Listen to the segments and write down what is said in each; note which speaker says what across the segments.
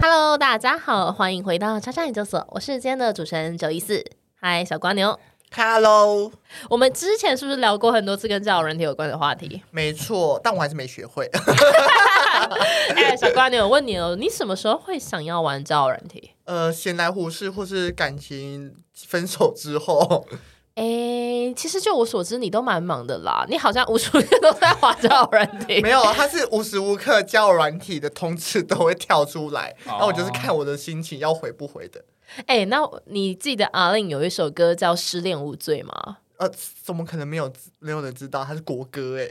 Speaker 1: Hello，大家好，欢迎回到叉叉研究所，我是今天的主持人九一四。嗨，小瓜牛，
Speaker 2: Hello，
Speaker 1: 我们之前是不是聊过很多次跟交友软体有关的话 题？
Speaker 2: 没错，但我还是没学会。
Speaker 1: 哎、小瓜牛，我问你哦，你什么时候会想要玩交友软体？
Speaker 2: 呃，闲来无事或是感情分手之后，
Speaker 1: 哎、其实就我所知，你都蛮忙的啦，你好像无数天都在玩交友软 体
Speaker 2: 没。有，它是无时无刻交友软体的通知都会跳出来，
Speaker 3: 哦
Speaker 2: 然后我就是看我的心情要回不回的。
Speaker 1: 哎、那你记得阿令有一首歌叫《失恋无罪》吗？
Speaker 2: 呃，怎么可能没有没有人知道它是国歌？哎，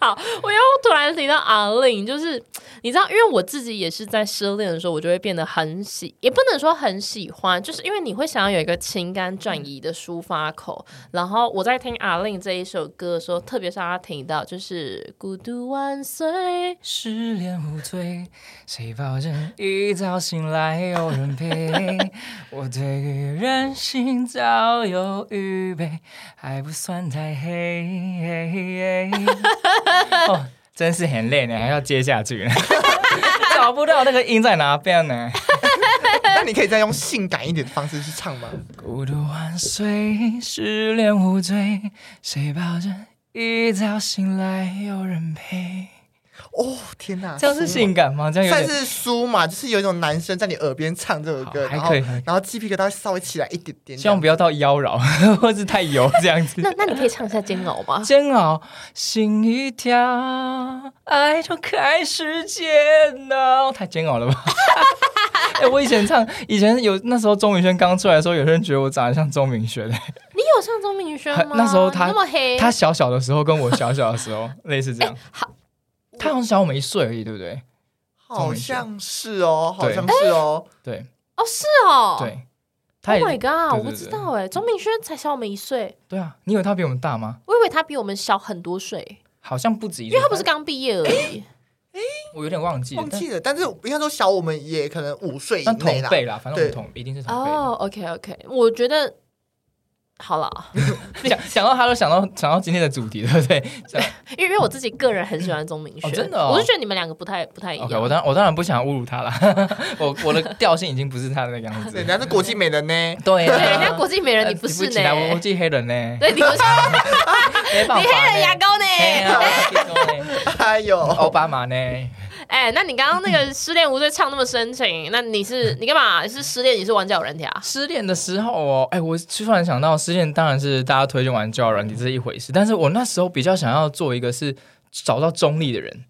Speaker 1: 好，我又突然提到阿令，就是你知道，因为我自己也是在失恋的时候，我就会变得很喜，也不能说很喜欢，就是因为你会想要有一个情感转移的抒发口。然后我在听阿令这一首歌的时候，特别是他提到就是“孤独万岁
Speaker 3: 失恋无罪，谁保证一早醒来有人陪？ 我对于人性早有预备，还不算太黑。哦，真是很累呢，还要接下去呢， 找不到那个音在哪边呢。
Speaker 2: 那你可以再用性感一点的方式去唱吗？
Speaker 3: 孤独万岁，失恋无罪，谁保证一早醒来有人陪？
Speaker 2: 哦，天哪，
Speaker 3: 这样啊是性感吗？这样有
Speaker 2: 算
Speaker 3: 点
Speaker 2: 是酥嘛，就是有一种男生在你耳边唱这首歌，
Speaker 3: 好哦还
Speaker 2: 然后
Speaker 3: 可以还可以
Speaker 2: 然后鸡皮疙瘩会稍微起来一点点。
Speaker 3: 希望不要到妖娆或是太油这样”。子
Speaker 1: 那。那你可以唱一下《煎熬》吗？
Speaker 3: 煎熬，心一跳，爱就开始煎熬，太煎熬了吧？ 哎、我以前唱，以前有那时候钟明轩刚出来的时候，有人觉得我长得像钟明 轩、
Speaker 1: 你有唱钟明轩吗？
Speaker 3: 那时候他
Speaker 1: 那么黑，
Speaker 3: 他小小的时候跟我小小的时 候类似这样，
Speaker 1: 好
Speaker 3: 他好像小我们一岁而已，对不对？
Speaker 2: 好像是哦，好像是哦，
Speaker 3: 对
Speaker 1: 哦，是哦，
Speaker 3: 对，他
Speaker 1: ，Oh
Speaker 3: 也、
Speaker 1: my god，我
Speaker 3: 对对
Speaker 1: 不知道哎，钟明轩才小我们一岁，
Speaker 3: 对啊，你以为他比我们大吗？
Speaker 1: 我以为他比我们小很多岁。
Speaker 3: 好像不止一
Speaker 1: 因
Speaker 3: 岁，
Speaker 1: 为他不是刚毕业而已。
Speaker 3: 我有点忘记了，
Speaker 2: 忘记了。但是应该说小我们也可能五岁以
Speaker 3: 但但
Speaker 2: 内
Speaker 3: 同
Speaker 2: 啦。
Speaker 3: 辈啦，反正我们
Speaker 2: 对
Speaker 3: 同一定是同辈。
Speaker 1: 哦、o k OK，我觉得好了，
Speaker 3: 想想到他都想到想到今天的主题，对不对？想
Speaker 1: 因为因为我自己个人很喜欢钟明轩，
Speaker 3: 哦真的哦
Speaker 1: 我就觉得你们两个不太不太一样。
Speaker 3: OK，我当我当然不想侮辱他啦，我我的调性已经不是他那个样
Speaker 2: 对，人
Speaker 3: 子。
Speaker 2: 家是国际美人呢。
Speaker 3: 对
Speaker 1: 对，
Speaker 3: 啊，
Speaker 1: 人家国际美人，
Speaker 3: 呃
Speaker 1: 你不是
Speaker 3: 起
Speaker 1: 呢？
Speaker 3: 来我我记黑人呢，
Speaker 1: 对，你不 是，
Speaker 3: 没办法
Speaker 1: 你黑人牙
Speaker 3: 呢
Speaker 1: 膏呢？
Speaker 3: 嘿啊我记过呢
Speaker 2: 哎
Speaker 3: 奥
Speaker 2: 呦，
Speaker 3: 巴马呢？
Speaker 1: 哎、那你刚刚那个失恋无罪唱那么深情，那你是你干嘛？你是失恋？你是玩交友软体啊？
Speaker 3: 失恋的时候哦，哎，我突然想到，失恋当然是大家推荐玩交友软体这是一回事，但是我那时候比较想要做一个是找到中立的人，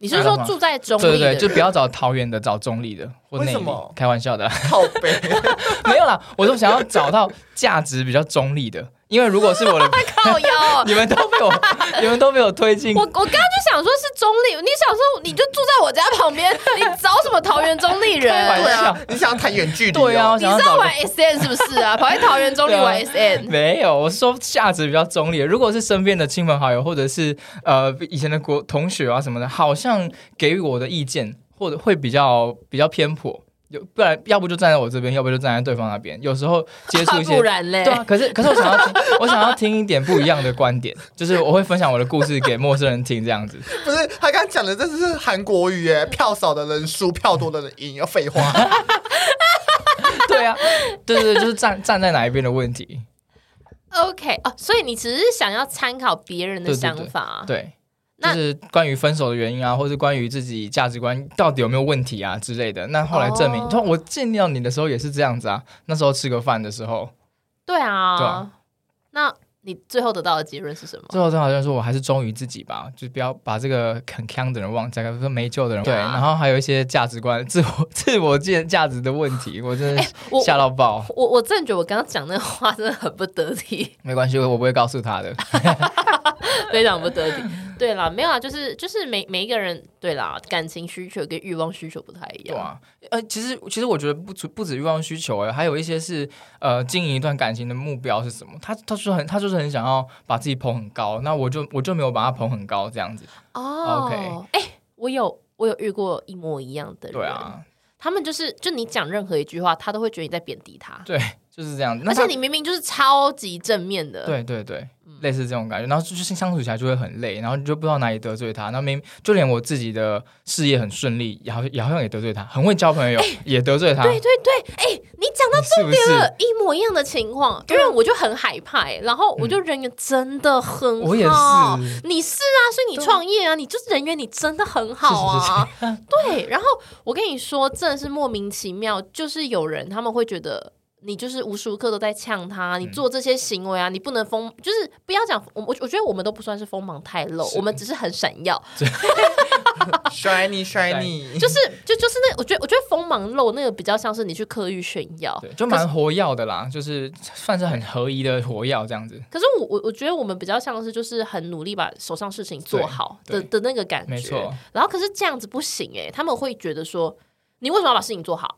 Speaker 1: 你是说住在中
Speaker 3: 对
Speaker 1: 立的
Speaker 3: 对哎
Speaker 1: 人？
Speaker 3: 对，就不要找桃园的，找中立的或
Speaker 2: 为
Speaker 3: 内
Speaker 2: 什
Speaker 3: 力
Speaker 2: 么，
Speaker 3: 开玩笑的啦。
Speaker 2: 靠背，
Speaker 3: 没有啦，我都想要找到价值比较中立的，因为如果 是我的，
Speaker 1: 靠腰。
Speaker 3: 你们都被 我， 你们都被我推进
Speaker 1: 我我刚刚就想说，是中立。你想说，你就住在我家旁边，你找什么桃园中立人？
Speaker 3: 开玩
Speaker 2: 对
Speaker 3: 笑
Speaker 2: 啊，你想要谈远距离、哦？
Speaker 3: 对啊，我
Speaker 1: 你
Speaker 3: 想要
Speaker 1: 是要
Speaker 3: 找个啊
Speaker 1: 玩 S N 是不是啊？跑去桃园中立 玩 S N，
Speaker 3: 没有，我是说价值比较中立的。如果是身边的亲朋好友，或者是呃以前的国同学啊什么的，好像给予我的意见或者会比较比较偏颇，有不然要不就站在我这边，要不就站在对方那边。有时候接触一些
Speaker 1: 不然嘞
Speaker 3: 对？啊，可是可是我想要听， 我想要听一点不一样的观点，就是我会分享我的故事给陌生人听，这样子。
Speaker 2: 不是他刚讲的，这是韩国语
Speaker 3: 嗯
Speaker 2: 耶，票少的人输，票多的人赢，要废话。
Speaker 3: 对啊，对对对，就是站站在哪一边的问题。
Speaker 1: OK 哦，所以你只是想要参考别人的想法，
Speaker 3: 对，就
Speaker 1: 啊那
Speaker 3: 是关于分手的原因啊，或是关于自己价值观到底有没有问题啊之类的。那后来证明，
Speaker 1: 哦
Speaker 3: 就我见到你的时候也是这样子啊。那时候吃个饭的时
Speaker 1: 哦
Speaker 3: 候，
Speaker 1: 对啊，
Speaker 3: 对啊
Speaker 1: 那你最后得到的结论是什么？
Speaker 3: 最后他好像说我还是忠于自己吧，就不要把这个很坑的人忘记，说没救的人。
Speaker 1: 对
Speaker 3: 对，
Speaker 1: 啊
Speaker 3: 然后还有一些价值观、自我 自我见价值的问题，我真的是
Speaker 1: 哎我
Speaker 3: 吓到爆。
Speaker 1: 我我真的觉得我刚刚讲那个话真的很不得体，
Speaker 3: 没关系，我不会告诉他的。
Speaker 1: 非常不得体。对啦，没有啦，就是就是每每一个人对啦，感情需求跟欲望需求不太一
Speaker 3: 对
Speaker 1: 样。
Speaker 3: 啊，呃，其实其实我觉得不止不止欲望需求哎，还有一些是呃经营一段感情的目标是什么？他他就是很他就是很想要把自己捧很高，那我就我就没有把他捧很高这样子。
Speaker 1: 哦，哎、我有我有遇过一模一样的人，
Speaker 3: 对，啊，
Speaker 1: 他们就是就你讲任何一句话，他都会觉得你在贬低他。
Speaker 3: 对就是这样子。那
Speaker 1: 而且
Speaker 3: 他
Speaker 1: 你嗯明明就是超级正面的，，
Speaker 3: 对对对，类似这种感觉，然后就就是相处起来就会很累，然后你就不知道哪里得罪他，然后明就连我自己的事业很顺利，也好也好像也得罪他，很会交朋友、也得罪他，
Speaker 1: 哎对对对，哎、你讲到
Speaker 3: 是不
Speaker 1: 这
Speaker 3: 是啊
Speaker 1: 个？一模一样的情况，因为我就很害怕、哎然后我就人缘真的很好，
Speaker 3: 我也是
Speaker 1: 你是啊，所以你创业啊，你就是人缘你真的很好啊，对。然后我跟你说，真的是莫名其妙，就是有人他们会觉得。你就是无时无刻都在呛他，
Speaker 3: 嗯
Speaker 1: 你做这些行为啊，你不能锋，就是不要讲我我我觉得我们都不算是锋芒太 露，
Speaker 3: 是
Speaker 1: 我们只是很闪耀，
Speaker 2: shiny shiny，
Speaker 1: 就是就就是那我觉得我觉得锋芒露那个比较像是你去刻意炫耀，
Speaker 3: 对，就蛮活跃的啦，就是算是很合宜的活跃这样子，
Speaker 1: 可是我我我觉得我们比较像是就是很努力把手上事情做好的的
Speaker 3: 对
Speaker 1: 那个感觉，
Speaker 3: 没错。
Speaker 1: 然后可是这样子不行哎、他们会觉得说你为什么要把事情做好？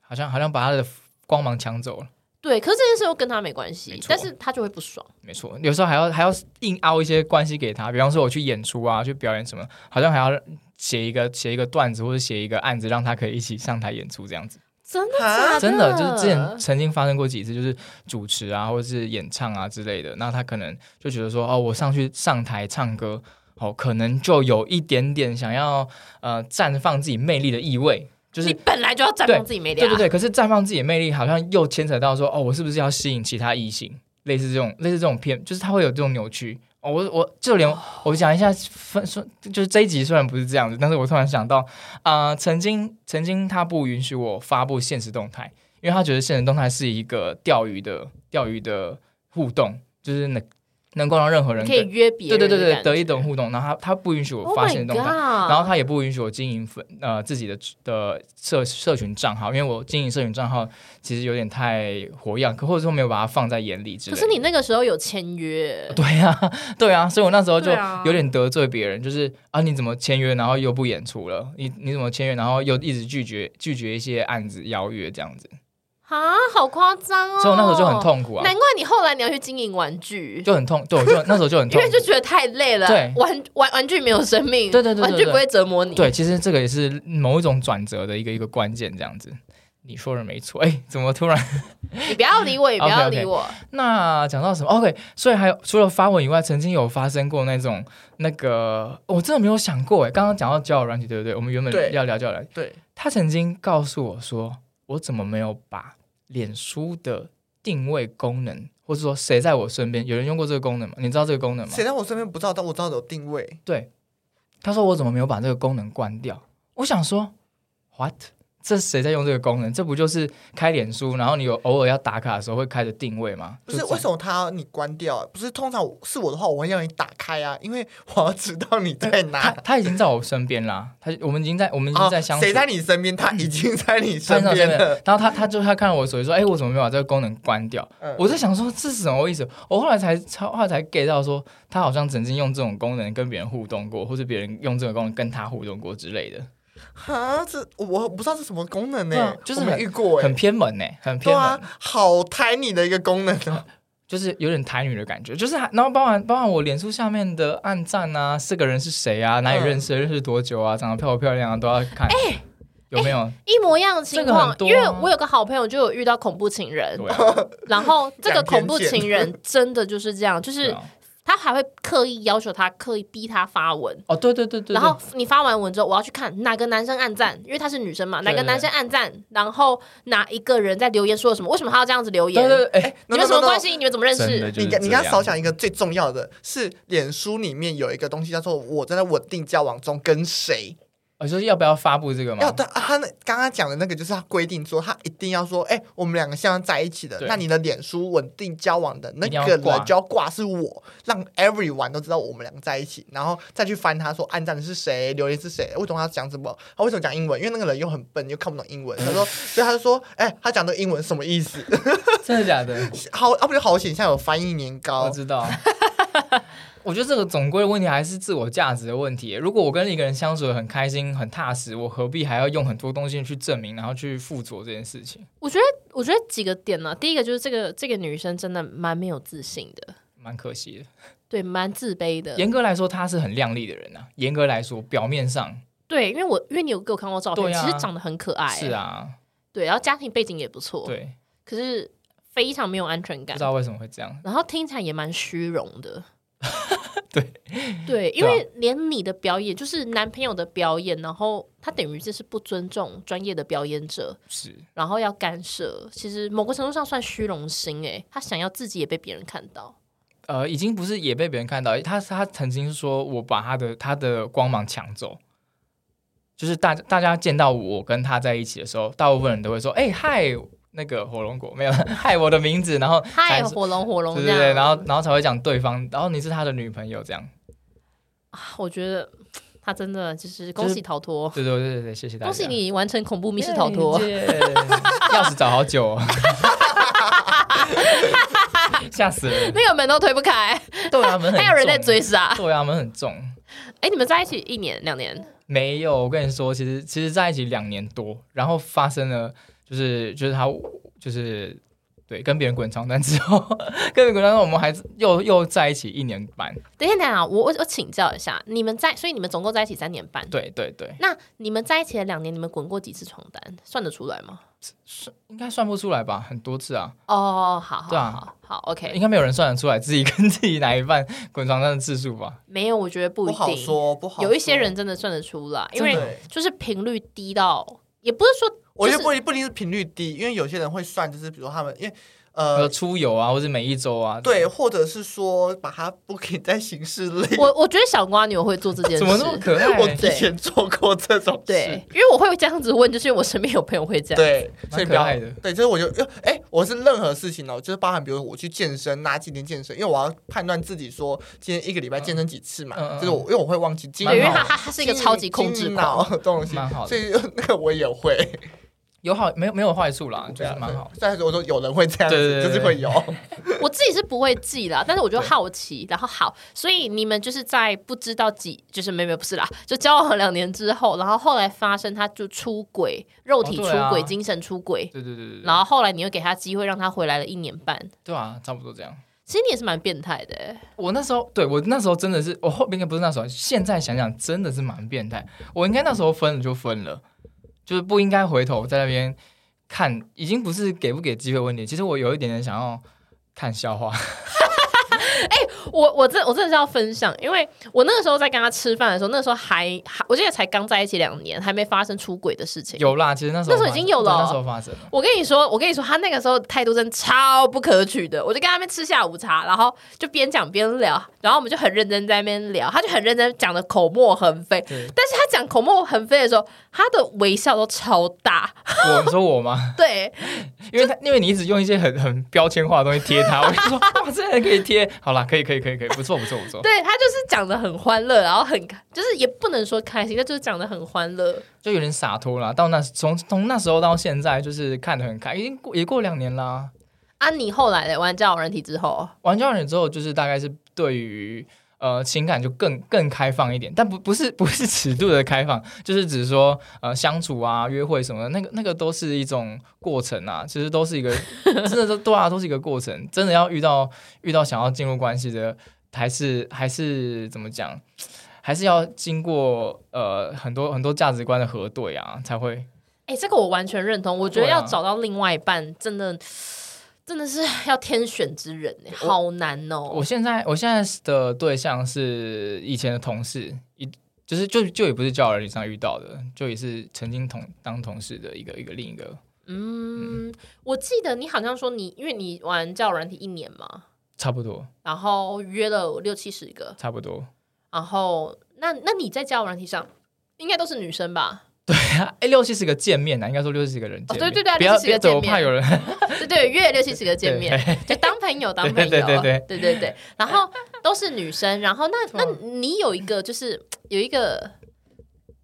Speaker 3: 好像好像把他的光芒抢走了，
Speaker 1: 对，可是这件事又跟他没关系
Speaker 3: 没，错
Speaker 1: 但是他就会不爽。
Speaker 3: 没错，有时候还要还要硬凹一些关系给他，比方说我去演出啊，去表演什么，好像还要写一个写一个段子或者写一个案子，让他可以一起上台演出这样子。
Speaker 1: 真的
Speaker 2: 啊
Speaker 1: 假的？
Speaker 3: 真的就是之前曾经发生过几次，就是主持啊，或者是演唱啊之类的，那他可能就觉得说，哦，我上去上台唱歌，哦，可能就有一点点想要呃绽放自己魅力的意味，就是
Speaker 1: 你本来就要绽放自己魅力、啊，
Speaker 3: 对对对，可是绽放自己的魅力，好像又牵扯到说，哦，我是不是要吸引其他异性？类似这种，类似这种片，就是它会有这种扭曲。哦，我我就连我讲一下分说，就是这一集虽然不是这样子，但是我突然想到，啊、曾经曾经他不允许我发布现实动态，因为他觉得现实动态是一个钓鱼的钓鱼的互动，就是能能够让任何人
Speaker 1: 你可以
Speaker 3: 跟
Speaker 1: 约别
Speaker 3: 对
Speaker 1: 人
Speaker 3: 对
Speaker 1: 的
Speaker 3: 对
Speaker 1: 感觉，
Speaker 3: 对得一等互动，然后他他不允许我
Speaker 1: Oh
Speaker 3: 发
Speaker 1: my
Speaker 3: 现实动态
Speaker 1: God
Speaker 3: 然后他也不允许我经营粉呃自己的的社社群账号，因为我经营社群账号其实有点太活跃，可或者说没有把它放在眼里之类
Speaker 1: 可
Speaker 3: 的。
Speaker 1: 是你那个时候有签约，
Speaker 3: 对啊，对啊，所以我那时候就
Speaker 1: 对啊
Speaker 3: 有点得罪别人，就是啊，你怎么签约，然后又不演出了？你你怎么签约，然后又一直拒绝拒绝一些案子邀约这样子？
Speaker 1: 啊，好夸张哦！
Speaker 3: 所以我那时候就很痛苦啊，
Speaker 1: 难怪你后来你要去经营玩具，
Speaker 3: 就很痛，对，我就那时候就很
Speaker 1: 因
Speaker 3: 痛
Speaker 1: 为
Speaker 3: 苦。
Speaker 1: 就觉得太累了，
Speaker 3: 对
Speaker 1: 玩玩玩具没有生命，
Speaker 3: 对对对对
Speaker 1: 玩具不会折磨你，
Speaker 3: 对，其实这个也是某一种转折的一个一个关键，这样子。你说的没错，哎，怎么突然
Speaker 1: 你不要理我，也不要
Speaker 3: OK，OK
Speaker 1: 理我。
Speaker 3: 那讲到什么？OK，所以还有除了发文以外，曾经有发生过那种那个，我真的没有想过哎。刚刚讲到交友软体，对不对？我们原
Speaker 2: 对
Speaker 3: 本要聊交友软体，
Speaker 2: 对，
Speaker 3: 他曾经告诉我说，我怎么没有把脸书的定位功能，或者说谁在我身边？有人用过这个功能吗？你知道这个功能吗
Speaker 2: 谁？在我身边不知道，但我知道有定位，
Speaker 3: 对，他说我怎么没有把这个功能关掉？我想说，what？这谁在用这个功能？这不就是开脸书，然后你有偶尔要打卡的时候会开着定位吗？
Speaker 2: 不是
Speaker 3: 就这
Speaker 2: 为
Speaker 3: 样
Speaker 2: 什么他要你关掉啊？不是通常我是我的话，我会让你打开啊，因为我要知道你在
Speaker 3: 他
Speaker 2: 哪。
Speaker 3: 他已经在我身边啦，他我们已经在我们已经
Speaker 2: 啊
Speaker 3: 在相处，
Speaker 2: 谁在你身边？他已经在你
Speaker 3: 他已
Speaker 2: 身
Speaker 3: 经在我
Speaker 2: 边
Speaker 3: 身边
Speaker 2: 了。
Speaker 3: 了。然后他他就他看到我手机说，哎、我怎么没有把这个功能关 掉？
Speaker 2: 嗯
Speaker 3: 我在想说这是什么意思？我后来才超后来才 get 到说，他好像曾经用这种功能跟别人互动过，或者别人用这个功能跟他互动过之类的，
Speaker 2: 啊，这我不知道是什么功能呢、
Speaker 3: 对啊
Speaker 1: 嗯
Speaker 3: 就是
Speaker 2: 我没
Speaker 3: 很
Speaker 2: 遇过哎、
Speaker 3: 很偏门呢、欸很
Speaker 2: 对
Speaker 3: 偏门。
Speaker 2: 啊，好胎你的一个功能 哦、
Speaker 3: 就是有点台女的感觉，就是还然后包含包含我脸书下面的暗赞啊，四个人是谁
Speaker 2: 嗯
Speaker 3: 啊，哪里认识、认识多久啊，长得漂不漂亮啊，都要看，有没有？
Speaker 1: 一模一样的情
Speaker 3: 这个
Speaker 1: 况
Speaker 3: 很，多啊
Speaker 1: 因为我有个好朋友就有遇到恐怖情人，
Speaker 3: 对啊，
Speaker 1: 然后这个
Speaker 2: 两
Speaker 1: 恐
Speaker 2: 天
Speaker 1: 怖情人真的就是这样，就
Speaker 3: 对
Speaker 1: 是
Speaker 3: 啊，
Speaker 1: 他还会刻意要求他，刻意逼他发文。
Speaker 3: 哦，对对对对，
Speaker 1: 然后你发完文之后，我要去看哪个男生暗赞，因为她是女生嘛，哪
Speaker 3: 对
Speaker 1: 个男生暗赞，然后哪一个人在留言说了什么？为什么他要这样子留
Speaker 3: 对
Speaker 1: 言？
Speaker 3: 对对，哎、
Speaker 1: 你
Speaker 2: No, no,
Speaker 1: 们什么
Speaker 2: no, no
Speaker 1: 关系？你们怎么认
Speaker 3: 真的
Speaker 1: 识？
Speaker 3: 就
Speaker 2: 你刚你
Speaker 3: 是
Speaker 2: 刚
Speaker 3: 这
Speaker 2: 刚
Speaker 3: 样
Speaker 2: 少讲一个最重要的是，脸书里面有一个东西叫做“我在稳定交往中跟谁
Speaker 3: 我哦说要不要发布这个”。吗？
Speaker 2: 要他啊他那刚刚讲的那个就是他规定说，他一定要说，哎、我们两个现在在一起的，
Speaker 3: 对
Speaker 2: 那你的脸书稳定交往的那
Speaker 3: 一定要
Speaker 2: 个
Speaker 3: 挂
Speaker 2: 人就要挂是我，让 everyone 都知道我们两个在一起，然后再去翻他说暗赞的是谁，留言是谁，为什么他讲什么，他为什么讲英文？因为那个人又很笨，又看不懂英文，他说，所以他就说，哎、他讲的英文什么意思？
Speaker 3: 真的假的？
Speaker 2: 好，啊不就好险，现在有翻译年
Speaker 3: 我
Speaker 2: 糕，
Speaker 3: 知道。 我觉得这个总归的问题还是自我价值的问题。如果我跟一个人相处的很开心、很踏实，我何必还要用很多东西去证明，然后去附着这件事情？
Speaker 1: 我觉得，我觉得几个点呢、第一个就是这个这个女生真的蛮没有自信的，
Speaker 3: 蛮可惜的。
Speaker 1: 对，蛮自卑
Speaker 2: 呃
Speaker 1: 的。
Speaker 3: 严格来说，他是很靓丽的人啊。严格来说，表面上
Speaker 1: 对，因为我因为你有给我看过照片，
Speaker 3: 对啊
Speaker 2: 哎
Speaker 1: 其实长得很可爱、
Speaker 3: 是，啊，
Speaker 1: 对，然后家庭背景也不错，
Speaker 3: 对，
Speaker 1: 可是非常没有安全
Speaker 3: 不
Speaker 1: 感
Speaker 3: 知，道为什么会这样。
Speaker 1: 然后听起来也蛮虚荣的。
Speaker 3: 对
Speaker 1: 对，因
Speaker 3: 对啊
Speaker 1: 为连你的表演，就是男朋友的表演，然后他等于就是不尊重专业的表演者，
Speaker 3: 是，
Speaker 1: 然后要干涉，其实某个程度上算虚荣心诶、他想要自己也被别人看到。
Speaker 3: 呃，已经不是也被别人看到，他他曾经是说我把他的他的光芒抢走，就是大大家见到我跟他在一起的时候，大部分人都会说，哎、嗨，那个火龙果没有， 嗨我的名字，然 后
Speaker 1: 嗨，
Speaker 3: 才是
Speaker 1: 火龙火龙
Speaker 3: 对
Speaker 1: 这
Speaker 3: 对
Speaker 1: 样，
Speaker 3: 对，然后然后才会讲对方，然后你是他的女朋友这样，
Speaker 1: 啊我觉得 他真的就是恭喜逃脱，
Speaker 3: 对对对对对，谢谢大家，
Speaker 1: 恭喜你完成恐怖密室逃脱。
Speaker 3: 耶， 钥匙找好久、哦， 吓死人，
Speaker 1: 那个门都推不开，
Speaker 3: 豆芽门很重
Speaker 1: 还有人在追杀。
Speaker 3: 豆啊芽门很重。
Speaker 1: 哎，你们在一起一年两年，
Speaker 3: 没有，我跟你说，其实其实在一起两年多，然后发生了，就是就是他就是对跟别人滚床单之后， 跟别人滚床单，我们还又又在一起一年半，
Speaker 1: 等一下等一下，我我我请教一下，你们在，所以你们总共在一起三年半。
Speaker 3: 对对对，
Speaker 1: 那你们在一起的两年，你们滚过几次床单？算得出来吗？
Speaker 3: 算应该算不出来吧，很多次啊，
Speaker 1: 哦，好好
Speaker 3: 对啊
Speaker 1: 好好，OK，
Speaker 3: 应该没有人算得出来自己跟自己哪一半滚床单的次数吧？
Speaker 1: 没有，我觉得不
Speaker 2: 不
Speaker 1: 一
Speaker 2: 好
Speaker 1: 定。
Speaker 2: 说，不好。
Speaker 1: 有一些人，真的算得出来，因
Speaker 3: 真
Speaker 1: 为
Speaker 3: 的
Speaker 2: 对，
Speaker 1: 就是频率低到，也不是说
Speaker 2: 我觉
Speaker 1: 就
Speaker 2: 得
Speaker 1: 是
Speaker 2: 不一不一定是频率低，因为有些人会算，就是比如说他们因为
Speaker 3: 呃，
Speaker 2: 呃。
Speaker 3: 出游啊，或者每一周啊，
Speaker 2: 对，或者是说把它 booking 在行事历，
Speaker 1: 我，我觉得小瓜牛会做这件事
Speaker 3: 怎。么那 么可爱？欸
Speaker 2: 我之前做过这种事，
Speaker 1: 对，因为我会这样子问，就是因为我身边有朋友会这样。
Speaker 2: 对，所以不要
Speaker 3: 蛮可爱的
Speaker 2: 对，就是我就哎、我是任何事情哦，就是包含比如我去健身哪几天健身，因为我要判断自己说今天一个礼拜健身几次嘛，
Speaker 3: 嗯嗯嗯
Speaker 2: 就是我因为我会忘记经
Speaker 3: 蛮
Speaker 1: 对，因为
Speaker 3: 好
Speaker 1: 他
Speaker 3: 的
Speaker 1: 他他是一个超级控制狂
Speaker 2: 脑，这种东西
Speaker 3: 蛮好，的
Speaker 2: 所以 那个我也会，
Speaker 3: 有好没有没有坏处啦，就是蛮好。
Speaker 2: 对。但是我说有人会这样
Speaker 3: 对
Speaker 2: 子，
Speaker 3: 对对
Speaker 2: 就是会有，
Speaker 1: 我自己是不会记啦，但是我就好奇，然后好，所以你们就是在不知道几，就是没有没有不是啦，就交往了两年之后，然后后来发生他就出轨，肉体
Speaker 3: 哦
Speaker 1: 出
Speaker 3: 对啊
Speaker 1: 轨、精神出轨，
Speaker 3: 对对对对对，
Speaker 1: 然后后来你又给他机会让他回来了一年半，
Speaker 3: 对啊，差不多这样。
Speaker 1: 其实你也是蛮变态的、欸，
Speaker 3: 我那时候，对我那时候真的是，我后面应该不是那时候，现在想想真的是蛮变态。我应该那时候分了就分了，就是不应该回头在那边看，已经不是给不给机会问题。其实我有一点点想要看 笑话，
Speaker 1: 我我真我真的是要分享，因为我那个时候在跟他吃饭的时候，那时候还还我记得才刚在一起两年，还没发生出轨的事情。
Speaker 3: 有啦，其实那时候
Speaker 1: 那时候已经有了哦
Speaker 3: 对那时候发生了。
Speaker 1: 我跟你说，我跟你说，他那个时候态度真的超不可取的。我就跟他们吃下午茶，然后就边讲边聊，然后我们就很认真在那边聊，他就很认真讲的口沫横飞。
Speaker 3: 对，
Speaker 1: 但是他讲口沫横飞的时候，他的微笑都超大，
Speaker 3: 我你说我吗？
Speaker 1: 对，
Speaker 3: 因为他 因为你一直用一些很很标签化的东西贴他，我就说哇，这人可以贴，好啦，可以可以可以可以，不错不错不 错，
Speaker 1: 对他就是讲的很欢乐，然后很就是也不能说开心，但就是讲的很欢乐。
Speaker 3: 就有点洒脱啦。到那从从那时候到现在，就是看得很开，已经过也过两年啦。
Speaker 1: 啊，你后来嘞玩交友软体之后，
Speaker 3: 玩交友软体之后，就是大概是对于呃情感就更更开放一点，但不不是 不是尺度的开放，就是只是说呃相处啊、约会什么的，那个那个都是一种过程啊，其实都是一个 真的都对啊，都是一个过程。真的要遇到遇到想要进入关系的，还是还是怎么讲？还是要经过呃很多很多价值观的核对啊，才会
Speaker 1: 哎、这个我完全认同，我觉得
Speaker 3: 对啊
Speaker 1: 要找到另外一半，真的。真的是要天选之人欸，好难哦、
Speaker 3: 我现在我现在的对象是以前的同事，一就是就就也不是交友软件上遇到的，就也是曾经同当同事的一个一个另一个
Speaker 1: 嗯，我记得你好像说你，因为你玩交友软体一年嘛，
Speaker 3: 差不多
Speaker 1: 然后约了六七十个，
Speaker 3: 差不多。
Speaker 1: 然后那那你在交友软体上应该都是女生吧？
Speaker 3: 哎，六七十个见面呢、啊应该说六七十个人见面。
Speaker 1: 对对对啊
Speaker 3: 不要
Speaker 1: 60
Speaker 3: 别
Speaker 1: 个
Speaker 3: 走，
Speaker 1: 见面
Speaker 3: 我怕有人。
Speaker 1: 对对，约了六七十个见面，就当朋友当朋友，
Speaker 3: 对对对
Speaker 1: 对对对然后都是女生，然后那那你有一个就是有一个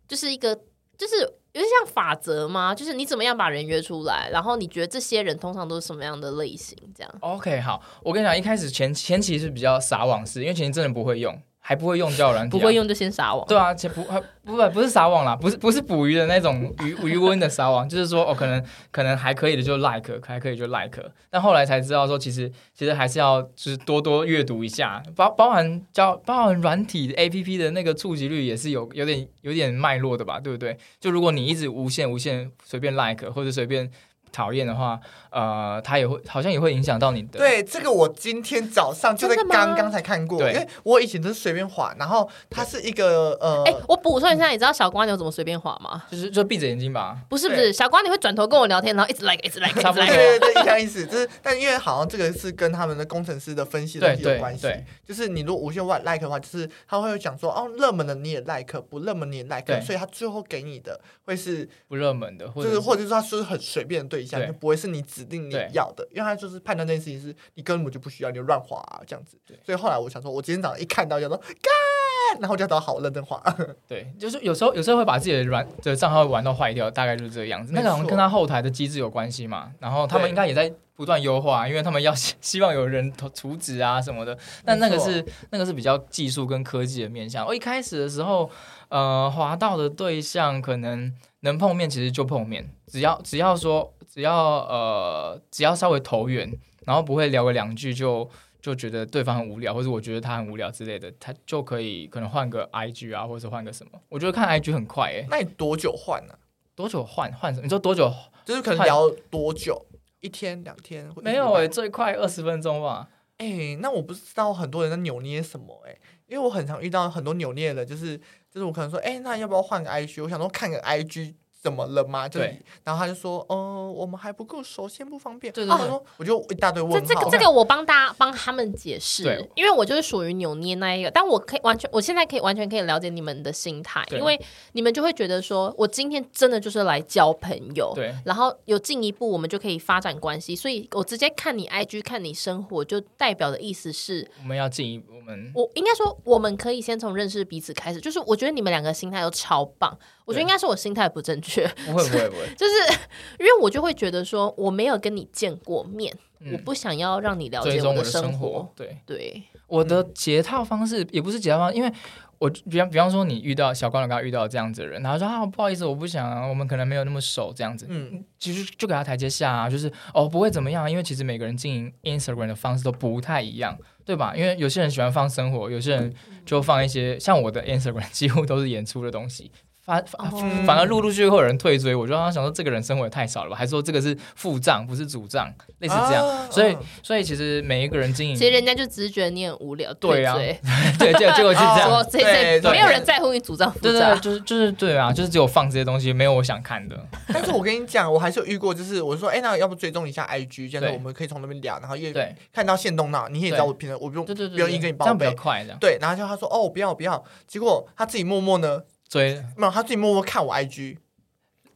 Speaker 1: 就是一个就是有点像法则吗？就是你怎么样把人约出来，然后你觉得这些人通常都是什么样的类型？这样
Speaker 3: OK，好，我跟你讲，一开始前前期是比较撒网式，因为前期真的不会用，还不会用交友软体、啊
Speaker 1: 不会。用就先撒网。
Speaker 3: 对啊，且不还不不不是撒网啦，不是不是捕鱼的那种鱼鱼温的撒网，就是说哦，可能可能还可以的就 like，还可以就 like，但后来才知道说，其实其实还是要就是多多阅读一下，包包含交包含软体 A P P 的那个触及率也是有有点有点脉络的吧，对不对？就如果你一直无限无限随便 like 或者随便讨厌的话，呃，它也会好像也会影响到你的。，
Speaker 2: 对，这个我今天早上就在
Speaker 1: 真的吗
Speaker 2: 刚刚才看过，
Speaker 3: 对
Speaker 2: 因为我以前都是随便滑，然后它是一个呃，
Speaker 1: 哎、我补充一下，你知道小瓜牛怎么随便滑吗？
Speaker 3: 就是就闭着眼睛吧。
Speaker 1: 不是不
Speaker 2: 对
Speaker 1: 是，小瓜牛会转头跟我聊天，然后一直 like 一直 like 一
Speaker 3: 差
Speaker 1: 直
Speaker 3: 不多
Speaker 1: like，
Speaker 2: 对 对对，一样意思，就是，但因为好像这个是跟他们的工程师的分析的
Speaker 3: 对
Speaker 2: 东西有
Speaker 3: 对
Speaker 2: 关系
Speaker 3: 对，
Speaker 2: 就是你如果无限 like 的话，就是他会讲说，哦，热门的你也 like，不热门你也 like，
Speaker 3: 对
Speaker 2: 所以他最后给你的会是，
Speaker 3: 不热门的，或
Speaker 2: 就
Speaker 3: 者
Speaker 2: 是
Speaker 3: 是
Speaker 2: 或者是他说是很随便的对象，
Speaker 3: 对
Speaker 2: 就不会是你指定你
Speaker 3: 对
Speaker 2: 要的，因为他就是判断这件事情是你根本就不需要，你就乱划啊这样子
Speaker 3: 对。
Speaker 2: 所以后来我想说，我今天早上一看到，就说干，然后我就找好认真划，
Speaker 3: 对，就是有时候有时候会把自己的软的账号玩到坏掉，大概就是这个样子。
Speaker 2: 没
Speaker 3: 那
Speaker 2: 错
Speaker 3: 个好像跟他后台的机制有关系嘛，然后他们
Speaker 2: 对
Speaker 3: 应该也在不断优化，因为他们要 希希望有人投处置啊什么的。但那个是那个是比较技术跟科技的面向。我、一开始的时候，呃，滑到的对象可能能碰面，其实就碰面，只要只要说只要呃只要稍微投缘，然后不会聊个两句就。就觉得对方很无聊，或者我觉得他很无聊之类的，他就可以可能换个
Speaker 1: 哎
Speaker 3: IG 啊，或者是换个什么。我觉得看啊 IG 很快诶、
Speaker 2: 那你多久换呢？
Speaker 3: 多久换换什么？你说多久？
Speaker 2: 就是可能
Speaker 3: 换
Speaker 2: 聊多久？一天、两天？或一
Speaker 3: 没
Speaker 2: 个
Speaker 3: 有
Speaker 2: 礼拜
Speaker 3: 诶、最快二十分钟吧。
Speaker 2: 哎、那我不知道很多人在扭捏什么哎、因为我很常遇到很多扭捏的，就是就是我可能说，哎、那要不要换个 IG？我想说看个 IG 怎么了吗？就是
Speaker 3: 对，
Speaker 2: 然后他就说，嗯、我们还不够熟，先不方便。
Speaker 3: 对对
Speaker 2: 然
Speaker 3: 对
Speaker 2: 后我就我就一大堆问
Speaker 1: 这
Speaker 2: 号。
Speaker 1: 这个这个我帮大家帮他们解释
Speaker 3: 对，
Speaker 1: 因为我就是属于扭捏那一个，但我可以完全，我现在可以完全可以了解你们的心态，
Speaker 3: 对
Speaker 1: 因为你们就会觉得说，我今天真的就是来交朋友，
Speaker 3: 对
Speaker 1: 然后有进一步我们就可以发展关系，所以我直接看你 IG 看你生活，就代表的意思是
Speaker 3: 我们要进一步，我们
Speaker 1: 我应该说我们可以先从认识彼此开始，就是我觉得你们两个心态都超棒，我觉得
Speaker 3: 对
Speaker 1: 应该是我心态不正确，
Speaker 3: 不会不会不会，
Speaker 1: 就是因为我就会觉得说我没有跟你见过面，
Speaker 3: 嗯
Speaker 1: 我不想要让 你了
Speaker 3: 追
Speaker 1: 解
Speaker 3: 踪
Speaker 1: 的
Speaker 3: 的生
Speaker 1: 活。。
Speaker 3: 对，
Speaker 1: 对，
Speaker 3: 我的解套方式也不是解套方式，因为我比方比方说你遇到小光头刚刚遇到这样子的人，然后说啊不好意思，我不想、啊，我们可能没有那么熟这样子，
Speaker 2: 嗯，
Speaker 3: 其实就给他台阶下啊，就是哦不会怎么样，因为其实每个人经营 Instagram 的方式都不太一样，对吧？因为有些人喜欢放生活，有些人就放一些像我的 Instagram 几乎都是演出的东西。反反
Speaker 1: 哦
Speaker 3: 反而陆陆续续会有人退追，我就让他想说这个人生活也太少了吧，还说这个是腹账不是主账，类似这样。
Speaker 2: 啊
Speaker 3: 所以
Speaker 2: 嗯
Speaker 3: 所以其实每一个人经营
Speaker 1: 其实人家就只是觉得你很无聊，
Speaker 3: 对啊
Speaker 1: 对
Speaker 3: 对，结结果是这
Speaker 1: 对，
Speaker 3: 样。
Speaker 1: 说这这
Speaker 2: 对对
Speaker 1: 没有人在乎你主张复
Speaker 3: 对对对，
Speaker 1: 杂，
Speaker 3: 就是就是对啊，就是只有放这些东西，没有我想看的。
Speaker 2: 但是我跟你讲，我还是有遇过，就是我说，哎、那要不追踪一下 IG，这样
Speaker 3: 对
Speaker 2: 子我们可以从那边聊，然后也
Speaker 3: 对
Speaker 2: 看到线动那，你也知道我平常我不用
Speaker 3: 对对对，
Speaker 2: 不用硬跟你
Speaker 3: 这
Speaker 2: 报
Speaker 3: 样比较
Speaker 2: 备。
Speaker 3: 快，这样
Speaker 2: 对，然后就他说哦不要不要，结果他自己默默呢，
Speaker 3: 追
Speaker 2: 没有，他自己默默看我 IG。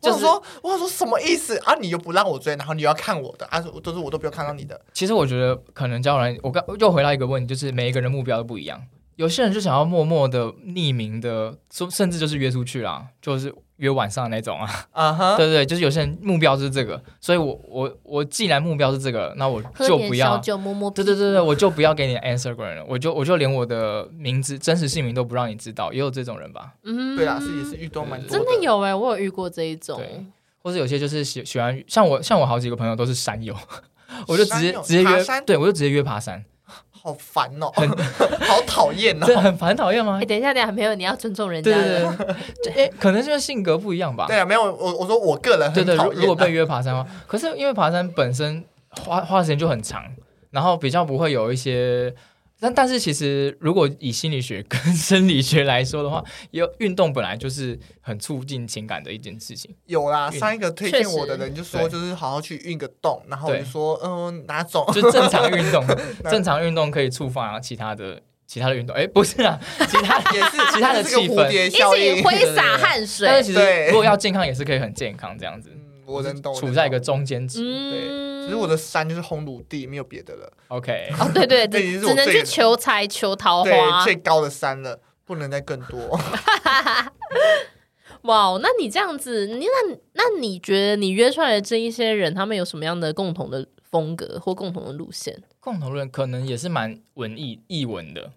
Speaker 3: 就
Speaker 2: 就是是说，我想说什么意思啊？你又不让我追，然后你又要看我的，啊，我都是我都不要看到你的，
Speaker 3: 其实我觉得可能交友软件我刚又回到一个问题，就是每一个人目标都不一样。有些人就想要默默的、匿名的，说甚至就是约出去啦，就是约晚上那种啊。
Speaker 2: 啊哈，
Speaker 3: 对对对，就是有些人目标是这个，所以我我我既然目标是这个，那我
Speaker 1: 喝
Speaker 3: 就
Speaker 1: 点
Speaker 3: 不
Speaker 1: 小
Speaker 3: 要。
Speaker 1: 酒摸摸。
Speaker 3: 对对对对，，我就不要给你 Instagram 了，我就我就连我的名字、真实姓名都不让你知道，也有这种人吧？
Speaker 1: 嗯
Speaker 2: 对
Speaker 3: 啊
Speaker 2: 啦，是也是遇到蛮多
Speaker 1: 真的有哎，我有遇过这一
Speaker 3: 对
Speaker 1: 种，
Speaker 3: 或者有些就是喜喜欢像我像我好几个朋友都是山友，我就直
Speaker 2: 山
Speaker 3: 接
Speaker 2: 友
Speaker 3: 直接
Speaker 2: 爬
Speaker 3: 约，
Speaker 2: 山
Speaker 3: 对我就直接约爬山，
Speaker 2: 好烦哦， 好讨厌
Speaker 3: 这
Speaker 2: 哦。
Speaker 3: 很很讨厌吗
Speaker 1: 哎，？ 等一下，等一下，没有，你要尊重人家
Speaker 3: 对
Speaker 1: 的。
Speaker 3: 对对，哎，可能是因为性格不一样吧。
Speaker 2: 对啊，没有我我说我个人
Speaker 3: 对
Speaker 2: 很
Speaker 3: 对，
Speaker 2: 讨
Speaker 3: 如
Speaker 2: 厌啊。
Speaker 3: 如果被约爬山的话，可是因为爬山本身花花的时间就很长，然后比较不会有一些。但但是其实，如果以心理学跟 生理学来说的话，有运动本来就是很促进情感的一件事情。
Speaker 2: 有啦，
Speaker 3: 运
Speaker 2: 上一个推
Speaker 1: 确
Speaker 2: 荐我的
Speaker 1: 实
Speaker 2: 人就说，
Speaker 3: 对
Speaker 2: 就是好好去运个动，然后我就
Speaker 3: 对
Speaker 2: 说，嗯，哪种？
Speaker 3: 就正常 运动，正常运动可以触发其他的其他的运动。哎，不是啊，其他
Speaker 2: 也是
Speaker 3: 其他的
Speaker 2: 这是个
Speaker 3: 气
Speaker 2: 蝴
Speaker 3: 氛
Speaker 2: 蝶
Speaker 1: 一
Speaker 2: 效
Speaker 1: 起
Speaker 2: 应。
Speaker 1: 挥洒汗
Speaker 3: 但是
Speaker 1: 水，
Speaker 3: 其
Speaker 2: 对
Speaker 3: 实如果要健康，也是可以很健康这样子，
Speaker 2: 嗯，我能懂，我
Speaker 3: 处
Speaker 2: 能
Speaker 3: 在一个
Speaker 2: 懂。
Speaker 3: 中间值。
Speaker 1: 嗯，
Speaker 2: 其实我的山就是烘炉地，没有别的了，
Speaker 3: OK，
Speaker 1: 哦，对对，
Speaker 2: 这已
Speaker 1: 只
Speaker 2: 经是
Speaker 1: 只
Speaker 2: 我
Speaker 1: 能
Speaker 2: 最
Speaker 1: 去求财求桃
Speaker 2: 对，
Speaker 1: 哦花。
Speaker 2: 最高的山了，不能再更 多。
Speaker 1: 哇，那你这样子，你那那你觉得你约出来的这一些人，他们有什么样的共同的风格或共同的路线？
Speaker 3: 共同论可能也是蛮文艺艺文的，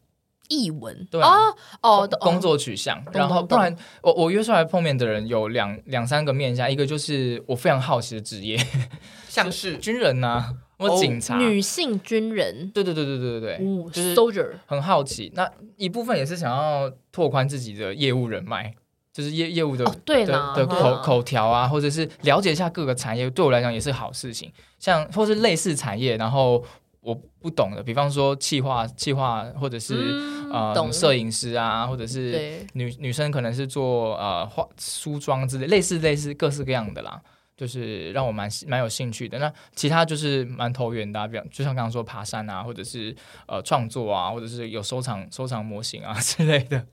Speaker 1: 译文
Speaker 3: 对啊
Speaker 1: 哦哦，懂
Speaker 3: 工作取向，
Speaker 1: 懂
Speaker 3: 然后
Speaker 1: 懂
Speaker 3: 不然我我约出来碰面的人有两两三个面向，一个就是我非常好奇的职业，
Speaker 2: 像是
Speaker 3: 军人呐、或
Speaker 2: 哦
Speaker 3: 警察，
Speaker 1: 女性军人，
Speaker 3: 对对对对对对对，
Speaker 1: 哦
Speaker 3: 就是
Speaker 1: ，soldier，
Speaker 3: 很好奇。那一部分也是想要拓宽自己的业务人脉，就是业业务的、
Speaker 1: 哦对啦
Speaker 3: 的的
Speaker 1: 嗯
Speaker 3: 口口条啊，或者是了解一下各个产业，对我来讲也是好事情。像或是类似产业，然后我不懂的，比方说企划、企划或者是、
Speaker 1: 嗯
Speaker 3: 呃
Speaker 1: 懂
Speaker 3: 摄影师啊，或者是
Speaker 1: 对，
Speaker 3: 女女生可能是做呃化梳妆之类，类似类似各式各样的啦。就是让我蛮蛮有兴趣的，那其他就是蛮投缘的、啊，比方就像刚刚说爬山啊，或者是呃创作啊，或者是有收藏收藏模型啊 之类的。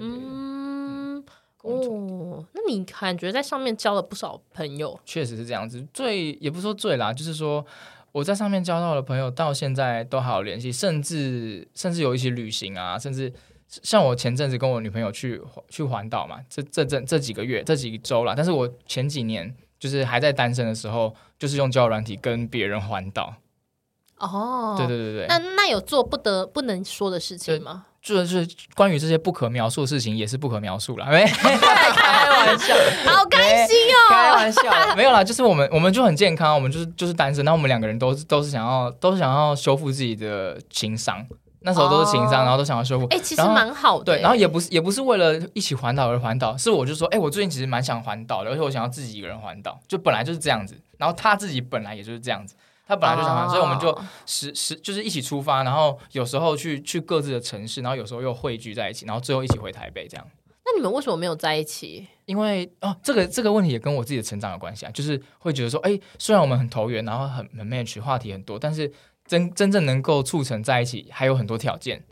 Speaker 1: 嗯，哦，那你感觉在上面交了不少朋友，
Speaker 3: 确实是这样子，最也不是说最啦，就是说我在上面交到的朋友到现在都还有联系，甚至甚至有一起旅行啊，甚至像我前阵子跟我女朋友去去环岛嘛，这这这这几个月这几周啦，但是我前几年就是还在单身的时候，就是用交友软体跟别人环岛，
Speaker 1: 哦，
Speaker 3: 对对对
Speaker 1: 那
Speaker 3: 对，
Speaker 1: 那有做不得不能说的事情吗？
Speaker 3: 就是关于这些不可描述的事情也是不可描述啦，没
Speaker 1: 开玩笑，好开心
Speaker 3: 哎开
Speaker 1: 哦！
Speaker 3: 玩笑，没有啦，就是我们我们就很健康，我们就是就是单身，那我们两个人都是都是想要都是想要修复自己的情商，那时候都是情商，
Speaker 1: 哦
Speaker 3: 然后都想要修复。
Speaker 1: 哎、其实
Speaker 3: 然后
Speaker 1: 蛮好的、
Speaker 3: 对，然后也不是也不是为了一起环岛而环岛，是我就说，哎、我最近其实蛮想环岛的，而且我想要自己一个人环岛，就本来就是这样子。然后他自己本来也就是这样子，他本来就想环，
Speaker 1: 哦
Speaker 3: 所以我们就时时就是一起出发，然后有时候去去各自的城市，然后有时候又汇聚在一起，然后最后一起回台北这样。
Speaker 1: 那你们为什么没有在一起？
Speaker 3: 因为哦，这个这个问题也跟我自己的成长有关系啊，就是会觉得说，哎，虽然我们很投缘，然后很很 match，话题很多，但是真真正能够促成在一起，还有很多条件。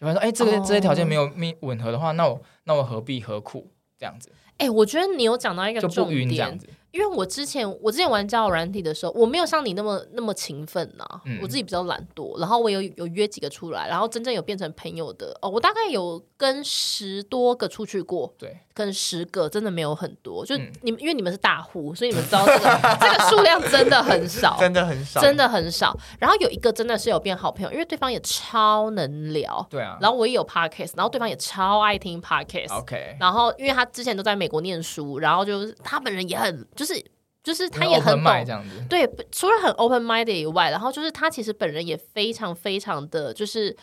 Speaker 3: 就发现说，哎，这个、
Speaker 1: 哦
Speaker 3: 这些条件没有密吻合的话，那我那我何必何苦这样子
Speaker 1: 哎、我觉得你有讲到一个
Speaker 3: 就
Speaker 1: 重
Speaker 3: 不晕这样
Speaker 1: 点，
Speaker 3: 子？
Speaker 1: 因为我之前我之前玩交友软体的时候，我没有像你那么那么勤奋呐、
Speaker 3: 嗯
Speaker 1: 我自己比较懒惰，然后我有有约几个出来，然后真正有变成朋友的哦，我大概有跟十多个出去过，
Speaker 3: 对，
Speaker 1: 跟十个真的没有很多，就
Speaker 3: 嗯
Speaker 1: 你们、因为你们是大户，所以你们知道这个这个数量真的很 少，
Speaker 2: 真的很少，
Speaker 1: 真的很少。然后有一个真的是有变好朋友，因为对方也超能聊，
Speaker 3: 对啊。
Speaker 1: 然后我也有 podcast，然后对方也超爱听 podcast，
Speaker 3: OK，
Speaker 1: 然后因为他之前都在美国念书，然后就是他本人也很就是就是他也
Speaker 3: 很
Speaker 1: 很
Speaker 3: 买
Speaker 1: 懂
Speaker 3: 这。样子，
Speaker 1: 对，不除了很 open minded 以外，然后就是他其实本人也非常非常的就是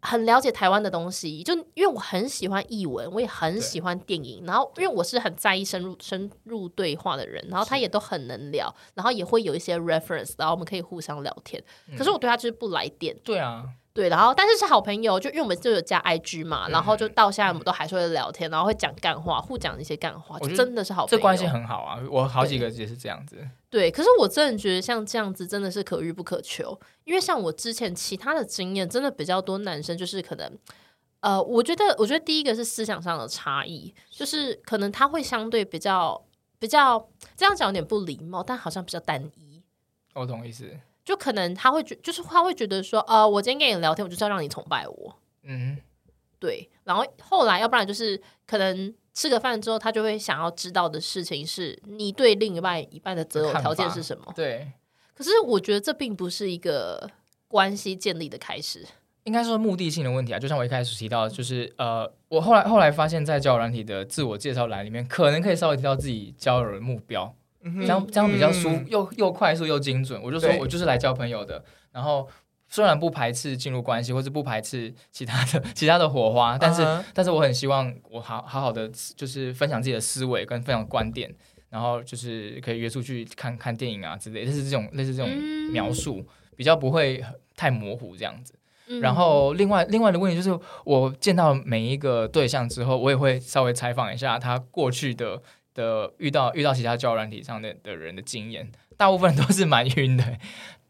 Speaker 1: 很了解台湾的东西，就因为我很喜欢译文，我也很
Speaker 3: 对
Speaker 1: 喜欢电影，然后因为我是很在意深入深入对话的人，然后他也都很能聊，然后也会有一些 reference，然后我们可以互相聊天。可是我对他就是不来电，
Speaker 3: 对啊，
Speaker 1: 对，然后但是是好朋友，就因为我们就有加 IG 嘛，然
Speaker 3: 嗯
Speaker 1: 后就到现在我们都还是会聊天，然后会讲干话，互讲一些干话，
Speaker 3: 我
Speaker 1: 就
Speaker 3: 觉得
Speaker 1: 真的是好朋友。
Speaker 3: 这关系很好啊。我好几个也是这样子，
Speaker 1: 对，可是我真的觉得像这样子真的是可遇不可求，因为像我之前其他的经验，真的比较多男生就是可能，呃，我觉得我觉得第一个是思想上的差异，就是可能他会相对比较比较这样讲有点不礼貌，但好像比较单一。
Speaker 3: 我懂意思。
Speaker 1: 就可能他会觉，就是他会觉得说，呃，我今天跟你聊天，我就是要让你崇拜我，
Speaker 3: 嗯，
Speaker 1: 对，然后后来要不然就是可能吃个饭之后，他就会想要知道的事情是你对另一半一半的择偶
Speaker 3: 看
Speaker 1: 条件
Speaker 3: 法
Speaker 1: 是什么。
Speaker 3: 对，
Speaker 1: 可是我觉得这并不是一个关系建立的开始。
Speaker 3: 应该说目的性的问题啊，就像我一开始提到的，就是呃，我后来后来发现，在交友软体的自我介绍栏里面，可能可以稍微提到自己交友的目标，
Speaker 2: 嗯
Speaker 3: 这
Speaker 2: 哼
Speaker 3: 样这样比较舒服
Speaker 2: 嗯，
Speaker 3: 又又快速又精准。我就说
Speaker 2: 对
Speaker 3: 我就是来交朋友的，然后虽然不排斥进入关系，或是不排斥其他的其他的火花，但是、
Speaker 2: 嗯哼
Speaker 3: 但是我很希望我好好好的就是分享自己的思维跟分享观点，然后就是可以约出去看看电影啊之类，类似这种类似这种
Speaker 1: 嗯
Speaker 3: 描述，比较不会太模糊这样子。
Speaker 1: 嗯
Speaker 3: 然后另外另外的问题就是，我见到每一个对象之后，我也会稍微采访一下他过去的的遇到遇到其他交友软体上的的人的经验，大部分都是蛮晕的、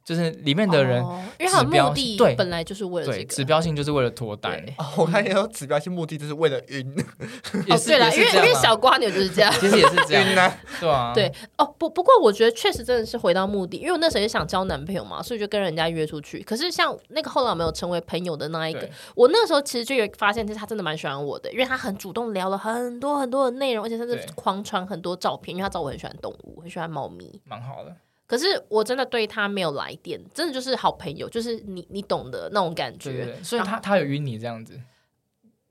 Speaker 3: 就是里面的人、
Speaker 1: 哦因为他的
Speaker 3: 指标
Speaker 1: 目的
Speaker 3: 对
Speaker 1: 本来就是为了这
Speaker 3: 对指
Speaker 1: 个。
Speaker 3: 标性就是为了脱单，
Speaker 1: 对
Speaker 2: 哦，我看你说指标性目的就是为了晕
Speaker 3: 也
Speaker 1: 哦，
Speaker 3: 是
Speaker 1: 对啦，因
Speaker 3: 也
Speaker 1: 为
Speaker 3: 是
Speaker 1: 因
Speaker 3: 这
Speaker 1: 为
Speaker 3: 样啊
Speaker 1: 小瓜牛就是这样。
Speaker 3: 其实也是这
Speaker 2: 晕
Speaker 3: 样，
Speaker 2: 啊，
Speaker 3: 对啊，
Speaker 1: 对哦，不不过我觉得确实真的是回到目的，因为我那时候也想交男朋友嘛，所以就跟人家约出去。可是像那个后来没有成为朋友的那一个
Speaker 3: 对，
Speaker 1: 我那时候其实就有发现，就是他真的蛮喜欢我的，因为他很主动聊了很多很多的内容，而且甚至
Speaker 3: 对
Speaker 1: 狂传很多照片，因为他知道我很喜欢动物，很喜欢猫咪。
Speaker 3: 蛮好的，
Speaker 1: 可是我真的对他没有来电，真的就是好朋友，就是你你懂的那种感
Speaker 3: 对对
Speaker 1: 觉。
Speaker 3: 对，所以他他有晕你这样子，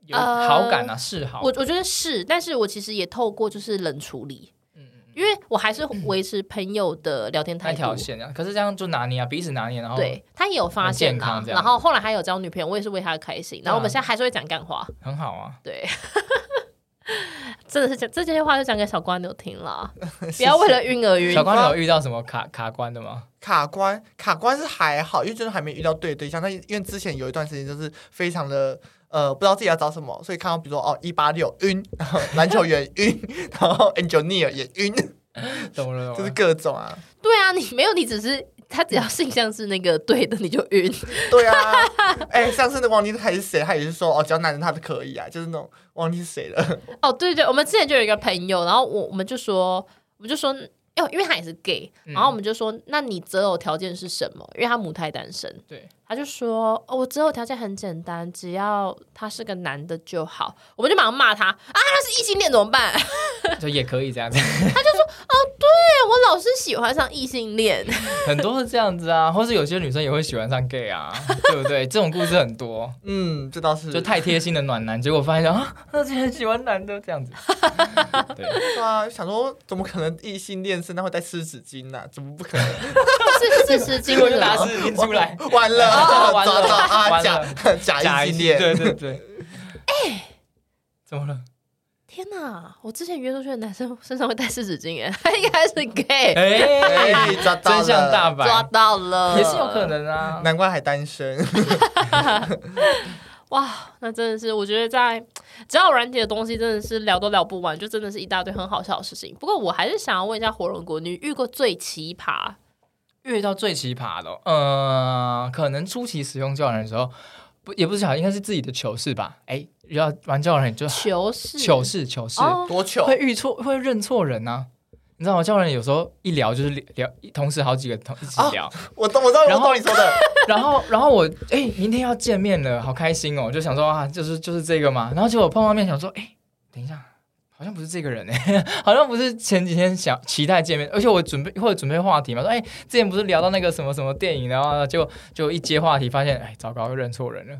Speaker 3: 有
Speaker 1: 呃
Speaker 3: 好感啊，示好，
Speaker 1: 我我觉得是，但是我其实也透过就是冷处理，
Speaker 3: 嗯嗯，嗯
Speaker 1: 因为我还是维持朋友的聊天
Speaker 3: 那
Speaker 1: 态度。
Speaker 3: 条线啊，可是这样就拿捏啊，彼此拿捏，然后
Speaker 1: 对他也有发现
Speaker 3: 很健
Speaker 1: 啦
Speaker 3: 康，这样嗯
Speaker 1: 然后后来还有交女朋
Speaker 3: 啊
Speaker 1: 友，我也是为他开心。然后我们现在还是会讲干话，
Speaker 3: 很好啊，
Speaker 1: 对，真的是讲这些话就讲给小瓜牛听 了，不要为了晕而晕
Speaker 3: 小。关有遇到什么卡卡关的吗？
Speaker 2: 卡关，卡关是还好，因为就是还没遇到对的对象。但因为之前有一段时间就是非常的呃，不知道自己要找什么，所以看到比如说哦一八六晕， 然后篮球员晕， 然后 engineer 也晕，
Speaker 3: 懂了，懂了
Speaker 2: 就是各种啊。
Speaker 1: 对啊，你没有，你只是他只要性向是那个对的，你就晕。
Speaker 2: 对啊， 哎、上次那王力还是谁，他也是说哦，只要男人他都可以啊，就是那种忘记是谁了。
Speaker 1: 哦，对对，我们之前就有一个朋友，然后我我们就说，我们就说，因为因为他也是 gay，然后我们就说，那你择偶条件是什么？因为他母胎单身，
Speaker 3: 对，
Speaker 1: 他就说，哦，我择偶条件很简单，只要他是个男的就好。我们就马上骂他啊，他是异性恋怎么办？对
Speaker 3: 就也可以这样 子，
Speaker 1: 我老是喜欢上异性恋，
Speaker 3: 很多是这样子啊，或是有些女生也会喜欢上 gay 啊，对不对？这种故事很多，
Speaker 2: 嗯，这倒是
Speaker 3: 就太贴心的暖男，结果发现啊， 他竟然喜欢男的这样子，对，
Speaker 2: 对啊，想说怎么可能异性恋身上会带湿纸巾呢、怎么不可能？
Speaker 1: 是事实经
Speaker 3: 结果就拿
Speaker 1: 了。
Speaker 3: 湿巾出来，
Speaker 2: 完了，
Speaker 3: 哦完
Speaker 2: 抓
Speaker 3: 了
Speaker 2: 到啊
Speaker 3: 完
Speaker 2: 假 假异性恋，
Speaker 3: 对对 对，哎，哎怎么了？
Speaker 1: 天哪，我之前约出去的男生身上会带湿纸巾，哎，他应该是 gay，
Speaker 3: 哎，
Speaker 2: 哎，抓到了
Speaker 3: 真相大白，
Speaker 1: 抓到了，
Speaker 3: 也是有可。能啊。
Speaker 2: 难怪还单身。
Speaker 1: 哇，那真的是，我觉得在只要有软体的东西，真的是聊都聊不完，就真的是一大堆很好笑的事情。不过我还是想要问一下火龙果，你遇过最奇葩？
Speaker 3: 遇到最奇葩的、哦，呃，可能初期使用教软的时候，不也不是巧，应该是自己的糗事吧？哎，要玩教软就
Speaker 1: 糗事？
Speaker 3: 糗事糗事，
Speaker 1: 哦，
Speaker 2: 多糗
Speaker 3: 会遇错会认错人啊。你知道吗？教人有时候一聊就是聊，同时好几个同一
Speaker 2: 哦
Speaker 3: 起聊，
Speaker 2: 我懂，我知道，我
Speaker 3: 然后
Speaker 2: 懂你 说的。
Speaker 3: 然后，然后我哎、明天要见面了，好开心哦！就想说啊，就是就是这个嘛。然后结果碰到面，想说，哎、等一下，好像不是这个人哎、 好像不是前几天想期待见面，而且我准备或者准备话题嘛，说哎、之前不是聊到那个什么什么电影，然后结果就一接话题，发现哎、糟糕，又认错人了，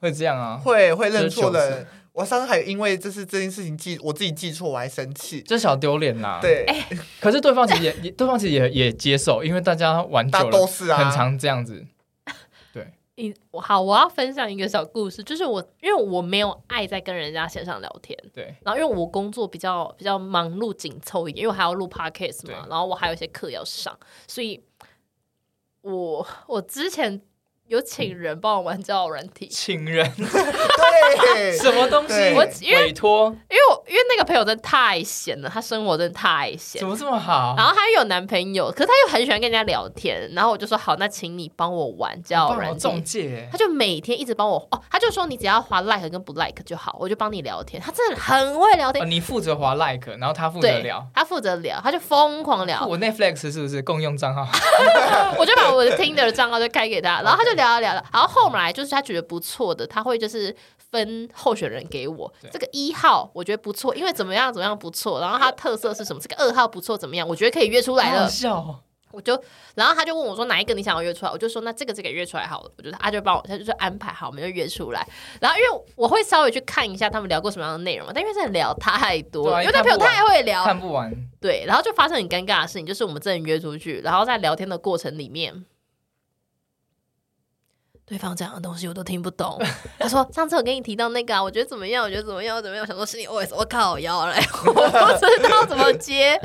Speaker 3: 会这样啊？
Speaker 2: 会会认错
Speaker 3: 这是糗
Speaker 2: 人。我上次还因为这是这件事情记我自己记错，我还生气。
Speaker 3: 这小丢脸啦！，
Speaker 2: 对，
Speaker 1: 哎
Speaker 3: 可是对方其实也也对方其实也也接受，因为大家玩久
Speaker 2: 大家都
Speaker 3: 了，
Speaker 2: 是啊，
Speaker 3: 很常这样子。
Speaker 1: 你我好，我要分享一个小故事，就是我因为我没有爱在跟人家线上聊天，
Speaker 3: 对，
Speaker 1: 然后因为我工作比较比较忙碌紧凑一点，因为我还要录 podcast 嘛，
Speaker 3: 对
Speaker 1: 然后我还有一些课要上，所以我我之前有请人帮我玩交友软体，
Speaker 3: 请人
Speaker 2: 对，
Speaker 3: 什么东西？
Speaker 2: 对
Speaker 1: 我因为
Speaker 3: 委托
Speaker 1: 因为我因为那个朋友真的太闲了，她生活真的太闲
Speaker 3: 怎。么这么好？
Speaker 1: 然后她又有男朋友，可是她又很喜欢跟人家聊天。然后我就说好，那请你帮我玩交友
Speaker 3: 哦帮我
Speaker 1: 软
Speaker 3: 中
Speaker 1: 件。
Speaker 3: 介
Speaker 1: 她。就每天一直帮我哦，她就说你只要划 like 跟不 like 就好，我就帮你聊天。她真的很会聊
Speaker 3: 哦
Speaker 1: 天，
Speaker 3: 你负责滑 like，然后他负责
Speaker 1: 对
Speaker 3: 聊。，
Speaker 1: 她负责聊，她就疯狂聊。
Speaker 3: 我 Netflix 是不是共用账号？
Speaker 1: 我就把我的 Tinder 账号就开给他，然后他就聊啊聊了，然后后来就是他觉得不错的，他会就是分候选人给我
Speaker 3: 对。
Speaker 1: 这个一号我觉得不错，因为怎么样怎么样不错，然后他特色是什么？这个二号不错，怎么样？我觉得可以约出来
Speaker 3: 好好
Speaker 1: 了。
Speaker 3: 笑哦！
Speaker 1: 我就，然后他就问我说哪一个你想要约出来？我就说那这个这个约出来好了。我就他就帮我，他就说安排好，我们就约出来。然后因为我会稍微去看一下他们聊过什么样的内容嘛，但因为真的聊太多
Speaker 3: 对啊
Speaker 1: 了，因为那
Speaker 3: 看
Speaker 1: 朋
Speaker 3: 不
Speaker 1: 友太会聊，
Speaker 3: 看不完，
Speaker 1: 对，然后就发生很尴尬的事情，就是我们真的约出去，然后在聊天的过程里面，对方讲的东西我都听不懂。他说：“上次我跟你提到那个、啊，我觉得怎么样？我觉得怎么样？我怎么样？”我想说心里 OS：我靠，我要嘞， 我不知道怎么接。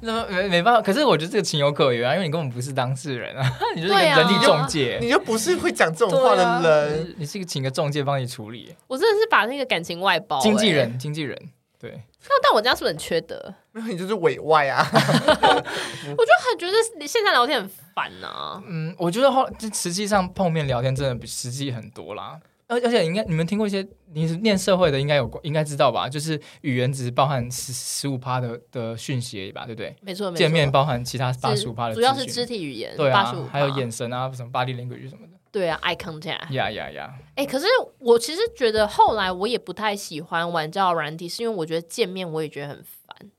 Speaker 3: 那么没没办法。可是我觉得这个情有可原啊，因为你根本不是当事人啊，你就是一个
Speaker 1: 对啊
Speaker 3: 人力中介。
Speaker 2: 你就不是会讲这种
Speaker 3: 对
Speaker 2: 话
Speaker 3: 啊
Speaker 2: 的人。
Speaker 3: 你是一个请个中介帮你处理，
Speaker 1: 我真的是把那个感情外包、
Speaker 3: 经纪
Speaker 1: 欸。
Speaker 3: 人，经纪人，对，
Speaker 1: 那但我这样是不是很缺德？
Speaker 2: 没有，你就是委外啊！
Speaker 1: 我就很觉得你现在聊天很烦啊。
Speaker 3: 嗯，我觉得后这实际上碰面聊天真的比实际很多啦。而而且应该你们听过一些，你是念社会的应该有应该知道吧？就是语言只包含十十五趴的的讯息而已吧，对不对？
Speaker 1: 没错，没错。
Speaker 3: 见面包含其他八
Speaker 1: 是
Speaker 3: 十五趴的资讯，
Speaker 1: 主要是肢体语言，
Speaker 3: 对
Speaker 1: 八
Speaker 3: 啊
Speaker 1: 十五，，
Speaker 3: 还有眼神啊，什么 body language 什么 的，
Speaker 1: 对啊，eye contact。
Speaker 3: 呀呀呀，
Speaker 1: 哎、可是我其实觉得后来我也不太喜欢玩交友软体，是因为我觉得见面我也觉得很烦。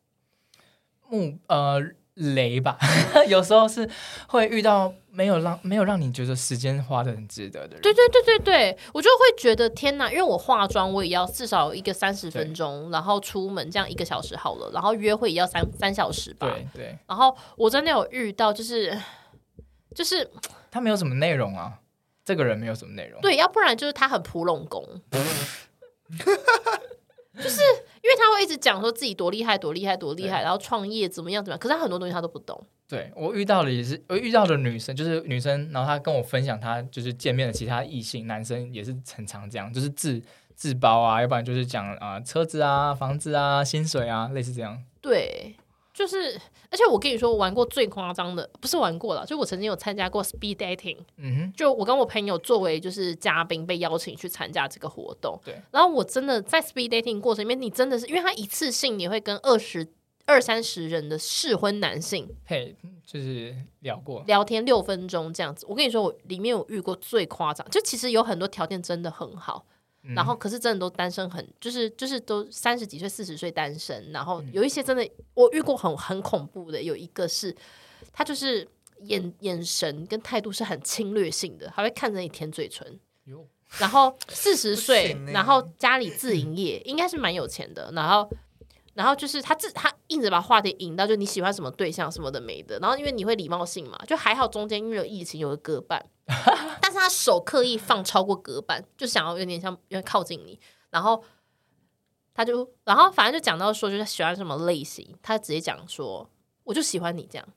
Speaker 3: 木呃雷吧， 有时候是会遇到没有让没有让你觉得时间花的很值得的人，
Speaker 1: 对对对对对，我就会觉得天哪，因为我化妆我也要至少有一个三十分钟，然后出门这样一个小时好了，然后约会也要三三小时吧。
Speaker 3: 对对，
Speaker 1: 然后我真的有遇到，就是就是
Speaker 3: 他没有什么内容啊，这个人没有什么内容，
Speaker 1: 对，要不然就是他很扑弄工，就是因为他会一直讲说自己多厉害、多厉害、多厉害，
Speaker 3: 对
Speaker 1: 然后创业怎么样怎么样，可是他很多东西他都不懂。
Speaker 3: 对我遇到的也是，我遇到的女生就是女生，然后她跟我分享她就是见面的其他异性男生也是很常这样，就是自自包啊，要不然就是讲啊、呃车子啊、房子啊、薪水啊，类似这样。
Speaker 1: 对，就是，而且我跟你说，我玩过最夸张的，不是玩过了，就我曾经有参加过 speed dating，
Speaker 3: 嗯
Speaker 1: 就我跟我朋友作为就是嘉宾被邀请去参加这个活动，
Speaker 3: 对，
Speaker 1: 然后我真的在 speed dating 过程里面，你真的是因为他一次性你会跟二十二三十人的适婚男性
Speaker 3: 哼，嘿，就是聊过，
Speaker 1: 聊天六分钟这样子，我跟你说，我里面有遇过最夸张，就其实有很多条件真的很好，
Speaker 3: 嗯
Speaker 1: 然后可是真的都单身很，就是就是都三十几岁、四十岁单身，然后有一些真的我遇过很很恐怖的，有一个是他就是眼眼神跟态度是很侵略性的，还会看着你舔嘴唇。
Speaker 3: 哟
Speaker 1: 然后四十岁
Speaker 2: 不行，欸
Speaker 1: 然后家里自营业，应该是蛮有钱的。然后，然后就是他自他硬着把话题引到，就你喜欢什么对象什么的没的。然后因为你会礼貌性嘛，就还好中间因为有疫情有个隔 板，但是他手刻意放超过隔板，就想要有点像有点靠近你。然后他就，然后反正就讲到说就是喜欢什么类型，他直接讲说我就喜欢你这样。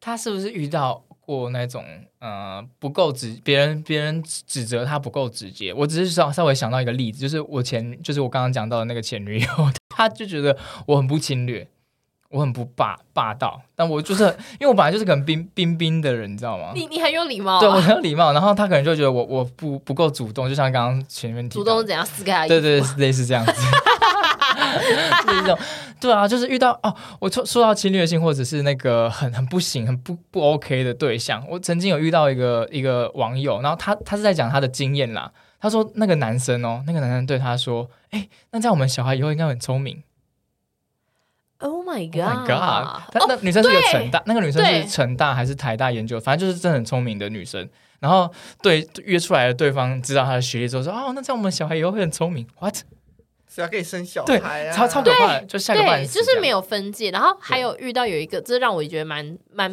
Speaker 3: 他是不是遇到过那种呃不够直，别人别人指责他不够直接？我只是稍稍微想到一个例子，就是我前就是我刚刚讲到的那个前女友， 她就觉得我很不侵略，我很不霸霸道，但我就是因为我本来就是个很冰冰冰的人，你知道吗？
Speaker 1: 你你很有礼貌、
Speaker 3: 啊对我
Speaker 1: 啊，
Speaker 3: 很有礼貌，然后她可能就觉得我我不不够主动，就像刚刚前面 提
Speaker 1: 主
Speaker 3: 到
Speaker 1: 动
Speaker 3: 的
Speaker 1: 是怎样撕开他衣服
Speaker 3: 对对，类似 这样子。就是这种，对啊，就是遇到哦，我说说到侵略性或者是那个很很不行、很不不 OK 的对象，我曾经有遇到一个一个网友，然后他他是在讲他的经验啦，他说那个男生哦，那个男生对他说，哎，那这样我们小孩以后应该很聪明。
Speaker 1: Oh my
Speaker 3: Oh my
Speaker 1: god！哦
Speaker 3: god！他那女生是个
Speaker 1: 对
Speaker 3: 成大，那个女生
Speaker 1: 对
Speaker 3: 是成大还是台大研究，反正就是真的很聪明的女生。然后对约出来的对方知道她的学历之后说，哦，那这样我们小孩以后会很聪明。What？
Speaker 2: 谁要给你生小
Speaker 3: 对
Speaker 2: 孩，啊？
Speaker 3: 超超可怕的，就下个半
Speaker 1: 对，
Speaker 3: 死
Speaker 1: 就是没
Speaker 3: 这样。
Speaker 1: 有分界。然后还有遇到有一个，这让我也觉得蛮蛮，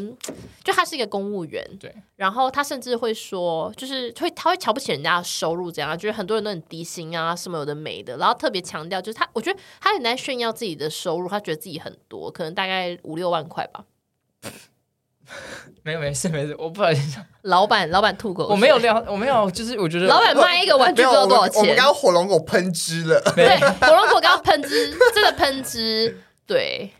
Speaker 1: 就他是一个公务员，
Speaker 3: 对，
Speaker 1: 然后他甚至会说，就是会他会瞧不起人家的收入，这样觉得很多人都很低薪啊，什么有的没的。然后特别强调，就是他，我觉得他很在炫耀自己的收入，他觉得自己很多，可能大概五六万块吧。
Speaker 3: 没有没事没事，我不小心，
Speaker 1: 老板，老板吐口水，
Speaker 3: 我没有聊，我没有，就是我觉得
Speaker 1: 老板卖一个玩具
Speaker 2: 没有
Speaker 1: 不知道多少
Speaker 2: 我们我们
Speaker 1: 钱
Speaker 2: 刚，刚火龙果喷汁了，
Speaker 1: 对，火龙果刚喷汁，真的喷汁，对。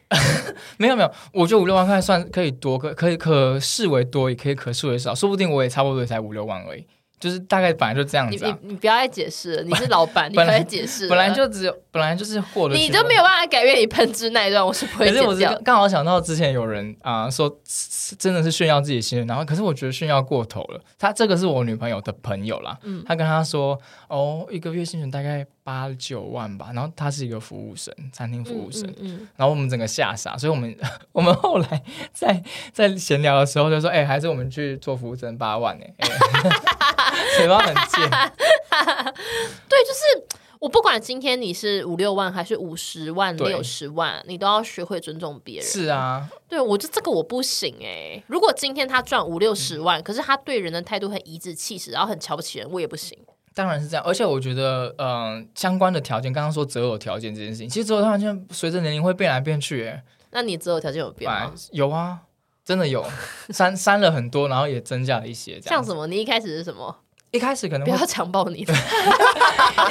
Speaker 3: 没有没有，我觉得五六万块算可以多，可可以可视为多，也可以可视为少，说不定我也差不多也才五六万而已，就是大概本来就这样
Speaker 1: 你
Speaker 3: 子
Speaker 1: 你
Speaker 3: 啊，
Speaker 1: 你不要再解释了，你是老板，你不要
Speaker 3: 本来
Speaker 1: 再解释了，
Speaker 3: 本来就只有本来就是获得
Speaker 1: 你都没有办法改变你喷汁那一段，我是不会
Speaker 3: 可是我
Speaker 1: 剪
Speaker 3: 是
Speaker 1: 掉
Speaker 3: 刚。刚好想到之前有人啊、说是真的是炫耀自己的新人，然后可是我觉得炫耀过头了。他这个是我女朋友的朋友啦，
Speaker 1: 嗯
Speaker 3: 他跟他说哦，一个月薪水大概八九万吧，然后他是一个服务生，餐厅服务生，
Speaker 1: 嗯，
Speaker 3: 然后我们整个吓傻，所以我们 我们后来在在闲聊的时候就说，哎、还是我们去做服务生八万呢、 欸，嘴巴很 贱，
Speaker 1: 对，就是我不管今天你是五六万还是五十万、
Speaker 3: 对
Speaker 1: 六十万，你都要学会尊重别人。
Speaker 3: 是啊，
Speaker 1: 对我就这个我不行哎、如果今天他赚五六
Speaker 3: 嗯
Speaker 1: 十万，可是他对人的态度很颐指气使，然后很瞧不起人，我也不行。
Speaker 3: 当然是这样，而且我觉得，嗯、相关的条件，刚刚说择偶条件这件事情，其实择偶条件随着年龄会变来变去、欸，
Speaker 1: 那你择偶条件有变
Speaker 3: 哎
Speaker 1: 吗？，
Speaker 3: 有啊，真的有 删删了很多，然后也增加了一些这样
Speaker 1: 像
Speaker 3: 子。
Speaker 1: 什么？你一开始是什么？
Speaker 3: 一开始可能
Speaker 1: 不
Speaker 3: 会
Speaker 1: 要强暴 你。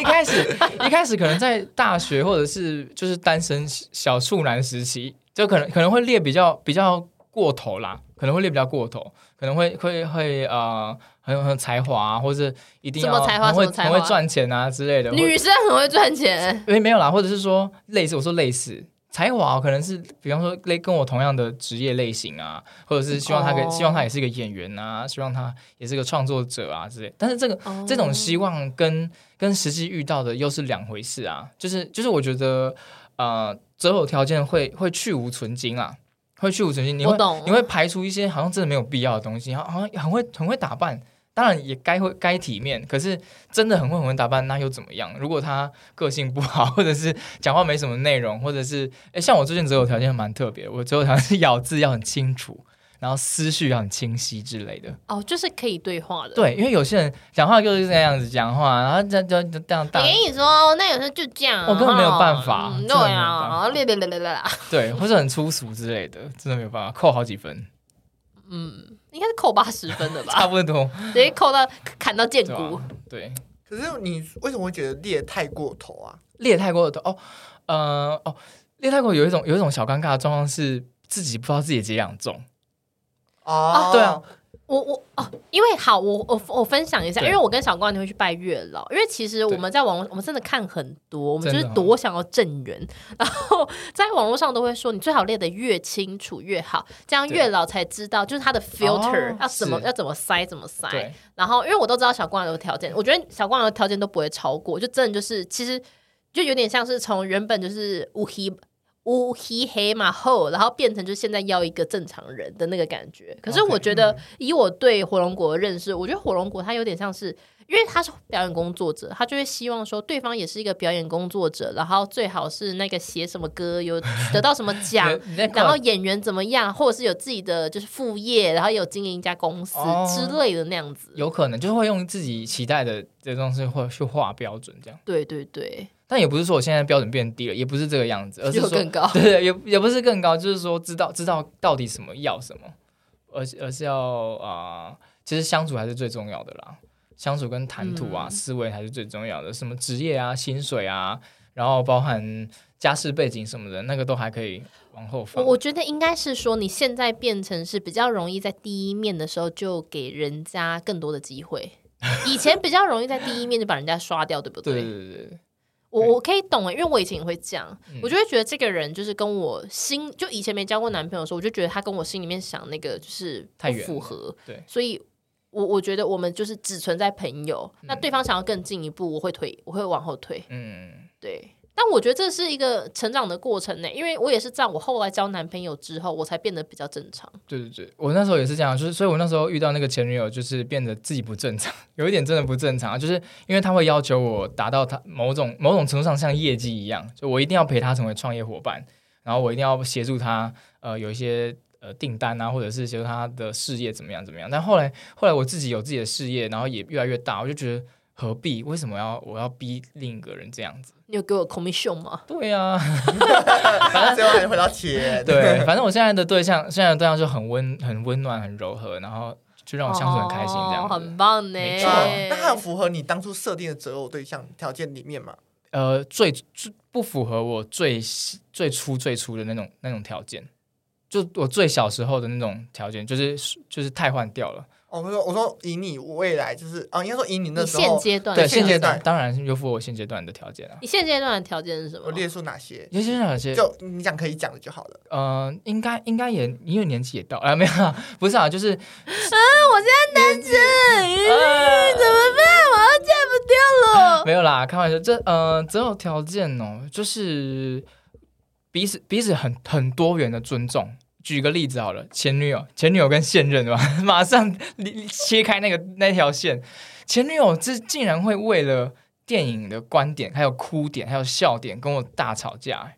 Speaker 3: 一开始一开始可能在大学或者是就是单身小处男时期，就可能可能会列比较比较过头啦，可能会列比较过头，可能会会会呃很很有才华、啊，或者一定要
Speaker 1: 什么才华
Speaker 3: 很会
Speaker 1: 什么才华
Speaker 3: 很会赚钱啊之类的。或
Speaker 1: 女生很会赚钱，
Speaker 3: 因为没有啦，或者是说类似，我说类似才华，可能是比方说类跟我同样的职业类型啊，或者是希望他可以、
Speaker 1: 哦
Speaker 3: 希望他也是一个演员啊，希望他也是个创作者啊之类。但是这个
Speaker 1: 哦
Speaker 3: 这种希望跟跟实际遇到的又是两回事啊，就是就是我觉得呃择偶条件会会去无存精啊。会去无存精，你
Speaker 1: 我
Speaker 3: 会
Speaker 1: 懂
Speaker 3: 你会排除一些好像真的没有必要的东西，好好像很会很会打扮，当然也该会该体面，可是真的很会很会打扮，那又怎么样？如果他个性不好， 或者是讲话没什么内容，或者是诶，像我最近择偶条件蛮特别，我择偶条件是咬字要很清楚，然后思绪要很清晰之类的。
Speaker 1: 哦，就是可以对话的。，
Speaker 3: 对，因为有些人讲话就是这样子讲话，然后这样这样这样大
Speaker 1: 我跟你说，那有时候就这样，
Speaker 3: 我根本没有办法
Speaker 1: 嗯
Speaker 3: 真
Speaker 1: 对
Speaker 3: 的没有办
Speaker 1: 啊
Speaker 3: 法，
Speaker 1: 略略略略略啦，
Speaker 3: 对，或者很粗俗之类的，真的没有办法扣好几分，
Speaker 1: 嗯， 应该是扣八十分的
Speaker 3: 差
Speaker 1: 吧，
Speaker 3: 不多，
Speaker 1: 直接扣到砍到剑
Speaker 3: 对啊
Speaker 1: 骨
Speaker 3: 吧。？对，
Speaker 2: 可是你为什么会觉得裂太过头啊？
Speaker 3: 列泰国的哦，呃哦，列泰国有一种有一种小尴尬的状况是自己不知道自己的几两重，
Speaker 2: 哦，
Speaker 3: 对啊，
Speaker 1: 我我哦，因为好，我我我分享一下，
Speaker 3: 对
Speaker 1: 因为我跟小光你会去拜月老，因为其实我们在网络，我们真的看很多，我们就是
Speaker 3: 真的哦
Speaker 1: 多想要正缘，然后在网络上都会说，你最好列的越清楚越好，这样
Speaker 3: 对
Speaker 1: 月老才知道就是他的 filter、
Speaker 3: 哦
Speaker 1: 要怎么
Speaker 3: 是
Speaker 1: 要怎么塞怎么塞。
Speaker 3: 对，
Speaker 1: 然后因为我都知道小光的条件，我觉得小光的条件都不会超过，就真的就是其实就有点像是从原本就是乌黑乌黑黑嘛后，然后变成就是现在要一个正常人的那个感觉。可是
Speaker 3: OK，嗯
Speaker 1: 我觉得以我对火龙果的认识，我觉得火龙果它有点像是。因为他是表演工作者，他就会希望说对方也是一个表演工作者，然后最好是那个写什么歌有得到什 么奖，
Speaker 3: 你在
Speaker 1: 然后
Speaker 3: 搞
Speaker 1: 演员怎么样，或者是有自己的就是副业，然后有经营一家公司
Speaker 3: 哦
Speaker 1: 之类的那样子。
Speaker 3: 有可能就会用自己期待的这东西或去画标准这样，
Speaker 1: 对对对，
Speaker 3: 但也不是说我现在标准变低了，也不是这个样子，而是
Speaker 1: 又
Speaker 3: 说
Speaker 1: 更高。
Speaker 3: 对，也也不是更高，就是说知道知道到底什么要什么，而是而是要啊、呃其实相处还是最重要的啦，相处跟谈吐啊、
Speaker 1: 嗯
Speaker 3: 思维还是最重要的，什么职业啊、薪水啊，然后包含家世背景什么的，那个都还可以往后
Speaker 1: 我
Speaker 3: 放。
Speaker 1: 我觉得应该是说，你现在变成是比较容易在第一面的时候就给人家更多的机 会，以前比较容易在第一面就把人家刷掉，对不
Speaker 3: 对对对对对，
Speaker 1: 我
Speaker 3: 对嗯
Speaker 1: 我可以懂诶，欸因为我以前也会这样，我就会觉得这个人就是跟我心，就以前没交过男朋友的时候，我就觉得他跟我心里面想那个就是
Speaker 3: 太
Speaker 1: 不
Speaker 3: 远
Speaker 1: 符
Speaker 3: 了
Speaker 1: 合，
Speaker 3: 对
Speaker 1: 所以我我觉得我们就是只存在朋友，那对方想要更进一步，我会退，我会往后退，
Speaker 3: 嗯，
Speaker 1: 对。但我觉得这是一个成长的过程呢，因为我也是这样，我后来交男朋友之后，我才变得比较正常。
Speaker 3: 对对对，我那时候也是这样，就是所以我那时候遇到那个前女友，就是变得自己不正常， 有一点真的不正常，啊就是因为她会要求我达到她某种某种程度上像业绩一样，就我一定要陪她成为创业伙伴，然后我一定要协助她呃有一些呃订单啊，或者是协助她的事业怎么样怎么样。但后来后来我自己有自己的事业，然后也越来越大，我就觉得何必？为什么要我要逼另一个人这样子？
Speaker 1: 你有给我 commission 吗？
Speaker 3: 对啊呀、
Speaker 2: 最后还是回到 钱。
Speaker 3: 对，反正我现在的对象，现在的对象就很温、很温暖、很柔和，然后就让我相处很开心，这样
Speaker 1: 哦
Speaker 3: 子。
Speaker 1: 很棒呢。
Speaker 3: 没
Speaker 2: 对
Speaker 3: 错
Speaker 2: 啊那还有符合你当初设定的择偶对象条件里面吗？
Speaker 3: 呃，最最不符合我最最初最初的那种那种条件，就我最小时候的那种条件，就是就是太换掉了。
Speaker 2: 哦，我说我说以你未来就是啊，应该说以你那
Speaker 1: 你
Speaker 2: 时
Speaker 1: 现
Speaker 2: 候
Speaker 1: 阶段
Speaker 3: 对，
Speaker 1: 的
Speaker 3: 嗯现
Speaker 2: 现
Speaker 3: 阶
Speaker 2: 阶
Speaker 3: 段
Speaker 2: 段
Speaker 3: 当然是有符合我现阶段的条件啊。
Speaker 1: 你现阶段的条件是什么
Speaker 2: 我？列出哪些？
Speaker 3: 尤其是那些，
Speaker 2: 就你讲可以讲的就好了。
Speaker 3: 呃，应该应该也，因为年纪也到啊，没有啊，不是啊，就是
Speaker 2: 年纪
Speaker 3: 呃
Speaker 1: 怎么办？我要戒不掉了。
Speaker 3: 没有啦，开玩笑。这呃，择偶条件哦，就是彼此彼此很很多元的尊重。举个例子好了，前女友、前女友跟现任吧， 马上切开那个那条线。前女友这竟然会为了电影的观点、还有哭点、还有笑点跟我大吵架、欸
Speaker 1: 哦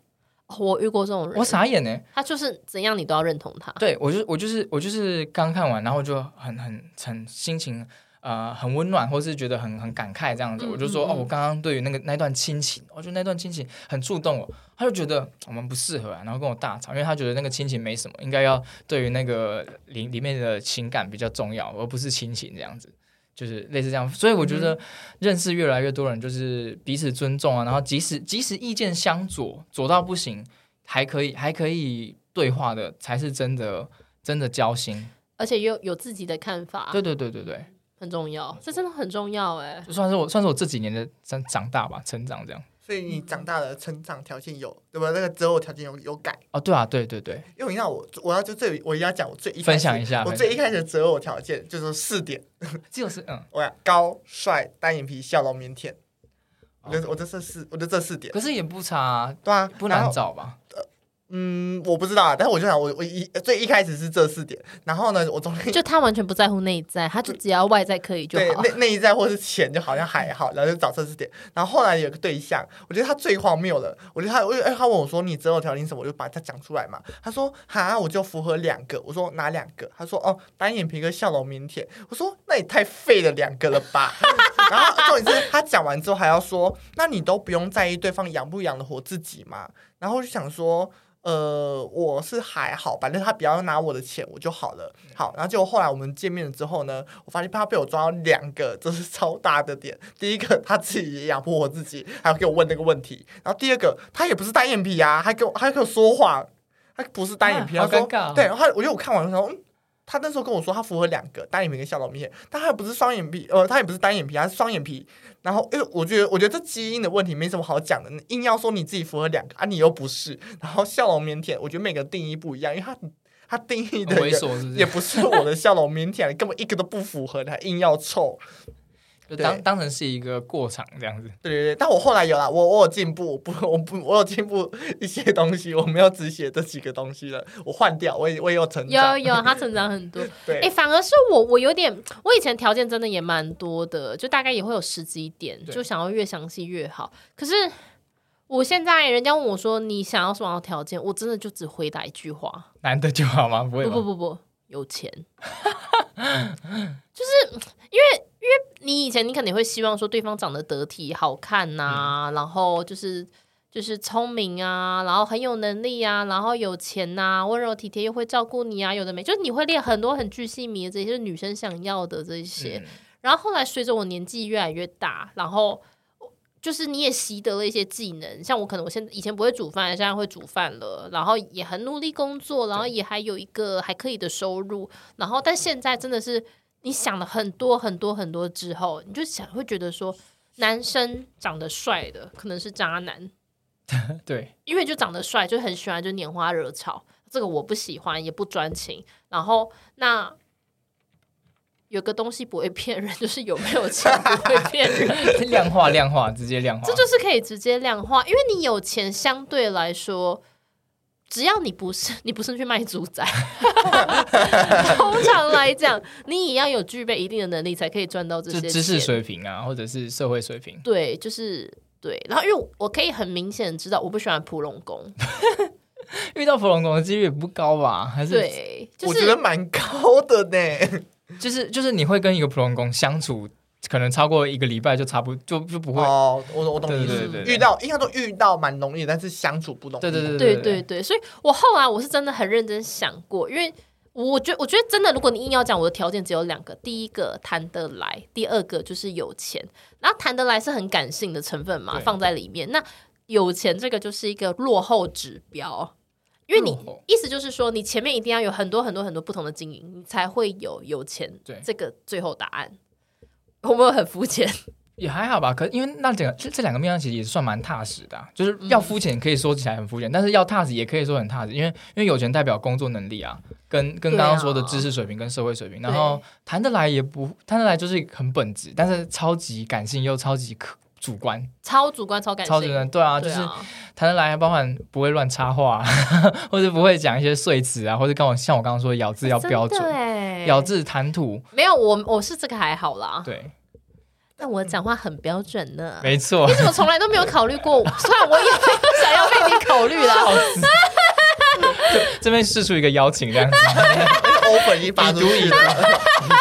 Speaker 1: 我遇过这种人，
Speaker 3: 我傻眼欸呢、
Speaker 1: 他就是怎样你都要认同他。
Speaker 3: 对我就我就是我就是刚看完，然后就很很很心情呃很温暖，或是觉得很很感慨这样子。
Speaker 1: 嗯
Speaker 3: 我就说
Speaker 1: 嗯
Speaker 3: 哦，我
Speaker 1: 嗯
Speaker 3: 刚刚对于那个那段亲情，我觉得那段亲情很触动我。他就觉得我们不适合、啊，然后跟我大吵，因为他觉得那个亲情没什么，应该要对于那个里里面的情感比较重要，而不是亲情这样子。就是类似这样，所以我觉得认识越来越多人，就是彼此尊重啊，然后即使即使意见相左，左到不行，还可以还可以对话的，才是真的真的交心。
Speaker 1: 而且又有自己的看法，
Speaker 3: 对对对对对，
Speaker 1: 很重要，这真的很重要哎。
Speaker 3: 就算是我算是我这几年的长长大吧，成长这样。
Speaker 2: 所以你长大了，成长条件有对吧？那个择偶条件有有改。
Speaker 3: 哦，对啊，对对对，
Speaker 2: 因为你看我，我要就这里，我一定要讲我最一开始
Speaker 3: 分享一下
Speaker 2: 我
Speaker 3: 分
Speaker 2: 最一开始的择偶条件就是四点，
Speaker 3: 就是嗯，
Speaker 2: 我要高帅、单眼皮、笑容腼腆。我
Speaker 3: 哦
Speaker 2: 就我就这四，我就这四点，
Speaker 3: 可是也不差啊、
Speaker 2: 对啊，
Speaker 3: 不
Speaker 2: 然
Speaker 3: 难
Speaker 2: 后
Speaker 3: 找吧？
Speaker 2: 嗯，我不知道啊，但是我就想，我我一最一开始是这四点，然后呢，我中 间
Speaker 1: 就他完全不在乎内在，他就只要外在可以就
Speaker 2: 对
Speaker 1: 好。
Speaker 2: 内内在或是钱就好像还好，然后就找这四点，然后后来有个对象，我觉得他最荒谬了，我觉得他，我就哎，他问我说你择偶条件是什么，我就把他讲出来嘛，他说哈，我就符合两个，我说哪两个？他说哦，单眼皮跟笑容腼腆，我说哦那也太废了两个了 吧，然后重点是他讲完之后还要说，那你都不用在意对方养不养得活自己嘛，然后我就想说。呃，我是还好，反正他不要拿我的钱，我就好了。
Speaker 3: 嗯
Speaker 2: 好，然后结果后来我们见面了之后呢，我发现他被我抓到两个，这是超大的点。第一个，他自己也养不活自己，还要给我问那个问题。然后第二个，他也不是单眼皮啊，还给我还给我说谎，他不是单眼皮，
Speaker 3: 啊
Speaker 2: 他说
Speaker 3: 好尴尬哦
Speaker 2: 对，然后我觉得我看完的时候，嗯，他那时候跟我说他符合两个单眼皮跟笑容面，但他也不是双眼皮，呃，他也不是单眼皮，他是双眼皮。然后，因为我觉得，我觉得这基因的问题没什么好讲的，硬要说你自己符合两个啊，你又不是。然后笑容腼腆，我觉得每个定义不一样，因为他他定义的
Speaker 3: 很猥
Speaker 2: 也
Speaker 3: 琐是不
Speaker 2: 也
Speaker 3: 是？
Speaker 2: 不是我的笑容腼腆，根本一个都不符合，你还硬要凑。
Speaker 3: 就当
Speaker 2: 对
Speaker 3: 当成是一个过场这样子。
Speaker 2: 对对对，但我后来有啦，我我有进步，我不我不我有进步一些东西，我没有只写这几个东西了，我换掉，我也我也有成
Speaker 1: 有
Speaker 2: 长。
Speaker 1: 有，他成长很多。
Speaker 2: 对，
Speaker 1: 哎、反而是我，我有点，我以前条件真的也蛮多的，就大概也会有十几点，
Speaker 3: 对
Speaker 1: 就想要越详细越好。可是我现在人家问我说你想要什么样的条件，我真的就只回答一句话：
Speaker 3: 男的就好吗？不会
Speaker 1: 不
Speaker 3: 吗？
Speaker 1: 不不不，有钱。 就是因为因为你以前你肯定会希望说对方长得得体、好看呐、
Speaker 3: 嗯
Speaker 1: 然后就是。就是聪明啊，然后很有能力啊，然后有钱呐、温柔体贴又会照顾你啊，有的没，就是你会列很多很巨细迷的这些就是女生想要的这些。
Speaker 3: 嗯
Speaker 1: 然后后来随着我年纪越来越大，然后就是你也习得了一些技能，像我可能我现在以前不会煮饭，现在会煮饭了，然后也很努力工作，然后也还有一个还可以的收入，然后但现在真的是你想了很多很多很多之后，你就想会觉得说，男生长得帅的可能是渣男，
Speaker 3: 对，
Speaker 1: 因为就长得帅，就很喜欢就拈花惹草，这个我不喜欢，也不专情。然后那有个东西不会骗人，就是有没有钱不会骗人，
Speaker 3: 量化量化，直接量化。
Speaker 1: 这就是可以直接量化，因为你有钱相对来说。只要你不是 你不是去卖猪 仔，通常来讲，你也要有具备一定的能力才可以赚到这
Speaker 3: 就
Speaker 1: 些
Speaker 3: 知识
Speaker 1: 钱
Speaker 3: 水平啊，或者是社会水平。
Speaker 1: 对，就是对。然后因为我可以很明显地知道我不喜欢普龙宫，
Speaker 3: 遇到芙蓉宫的几率也不高吧？还是
Speaker 1: 对，就
Speaker 2: 我
Speaker 1: 是
Speaker 2: 觉得蛮高的呢。
Speaker 3: 就是就是你会跟一个普龙宫相处，可能超过一个礼拜就差不就就不会。
Speaker 2: 哦，我我懂你意
Speaker 3: 对
Speaker 2: 思
Speaker 3: 对对，对
Speaker 2: 遇到应该都遇到蛮容易的，但是相处不容易。
Speaker 3: 对对对
Speaker 1: 对对对，所以我后来我是真的很认真想过，因为我觉我觉得真的，如果你硬要讲我的条件只有两个，第一个谈得来，第二个就是有钱。然后谈得来是很感性的成分嘛，
Speaker 3: 对
Speaker 1: 放在里面。那有钱这个就是一个落后指标，因为你
Speaker 3: 落后
Speaker 1: 意思就是说，你前面一定要有很多很多很多不同的经营，你才会有有钱
Speaker 3: 对
Speaker 1: 这个最后答案。会不会很肤浅？
Speaker 3: 也还好吧。可因为那两个这这两个面向其实也算蛮踏实的啊、就是
Speaker 1: 嗯
Speaker 3: 要肤浅可以说起来很肤浅，但是要踏实也可以说很踏实，因为因为有钱代表工作能力啊，跟跟
Speaker 1: 对啊
Speaker 3: 刚刚说的知识水平跟社会水平，然后
Speaker 1: 对
Speaker 3: 谈得来也不谈得来就是很本质，但是超级感性又超级客主观，
Speaker 1: 超主观，超感性，
Speaker 3: 超主观，对啊，就
Speaker 1: 对
Speaker 3: 是
Speaker 1: 啊，
Speaker 3: 谈得来，包含不会乱插话、 啊，或者不会讲一些碎词啊，或者跟我像我刚刚说的咬字
Speaker 1: 啊
Speaker 3: 要标准，
Speaker 1: 对，
Speaker 3: 咬字谈吐，
Speaker 1: 欸没有，我我是这个还好啦。
Speaker 3: 对，
Speaker 1: 但我讲话很标准呢。
Speaker 3: 没啊错
Speaker 1: 你，怎么从来都没有考虑过我？ 虽然我也没有想要被你考虑啦，
Speaker 3: 这边试出一个邀请这样子，
Speaker 2: ，offer 已经发出
Speaker 3: 已读
Speaker 2: 去
Speaker 3: 已
Speaker 2: 了。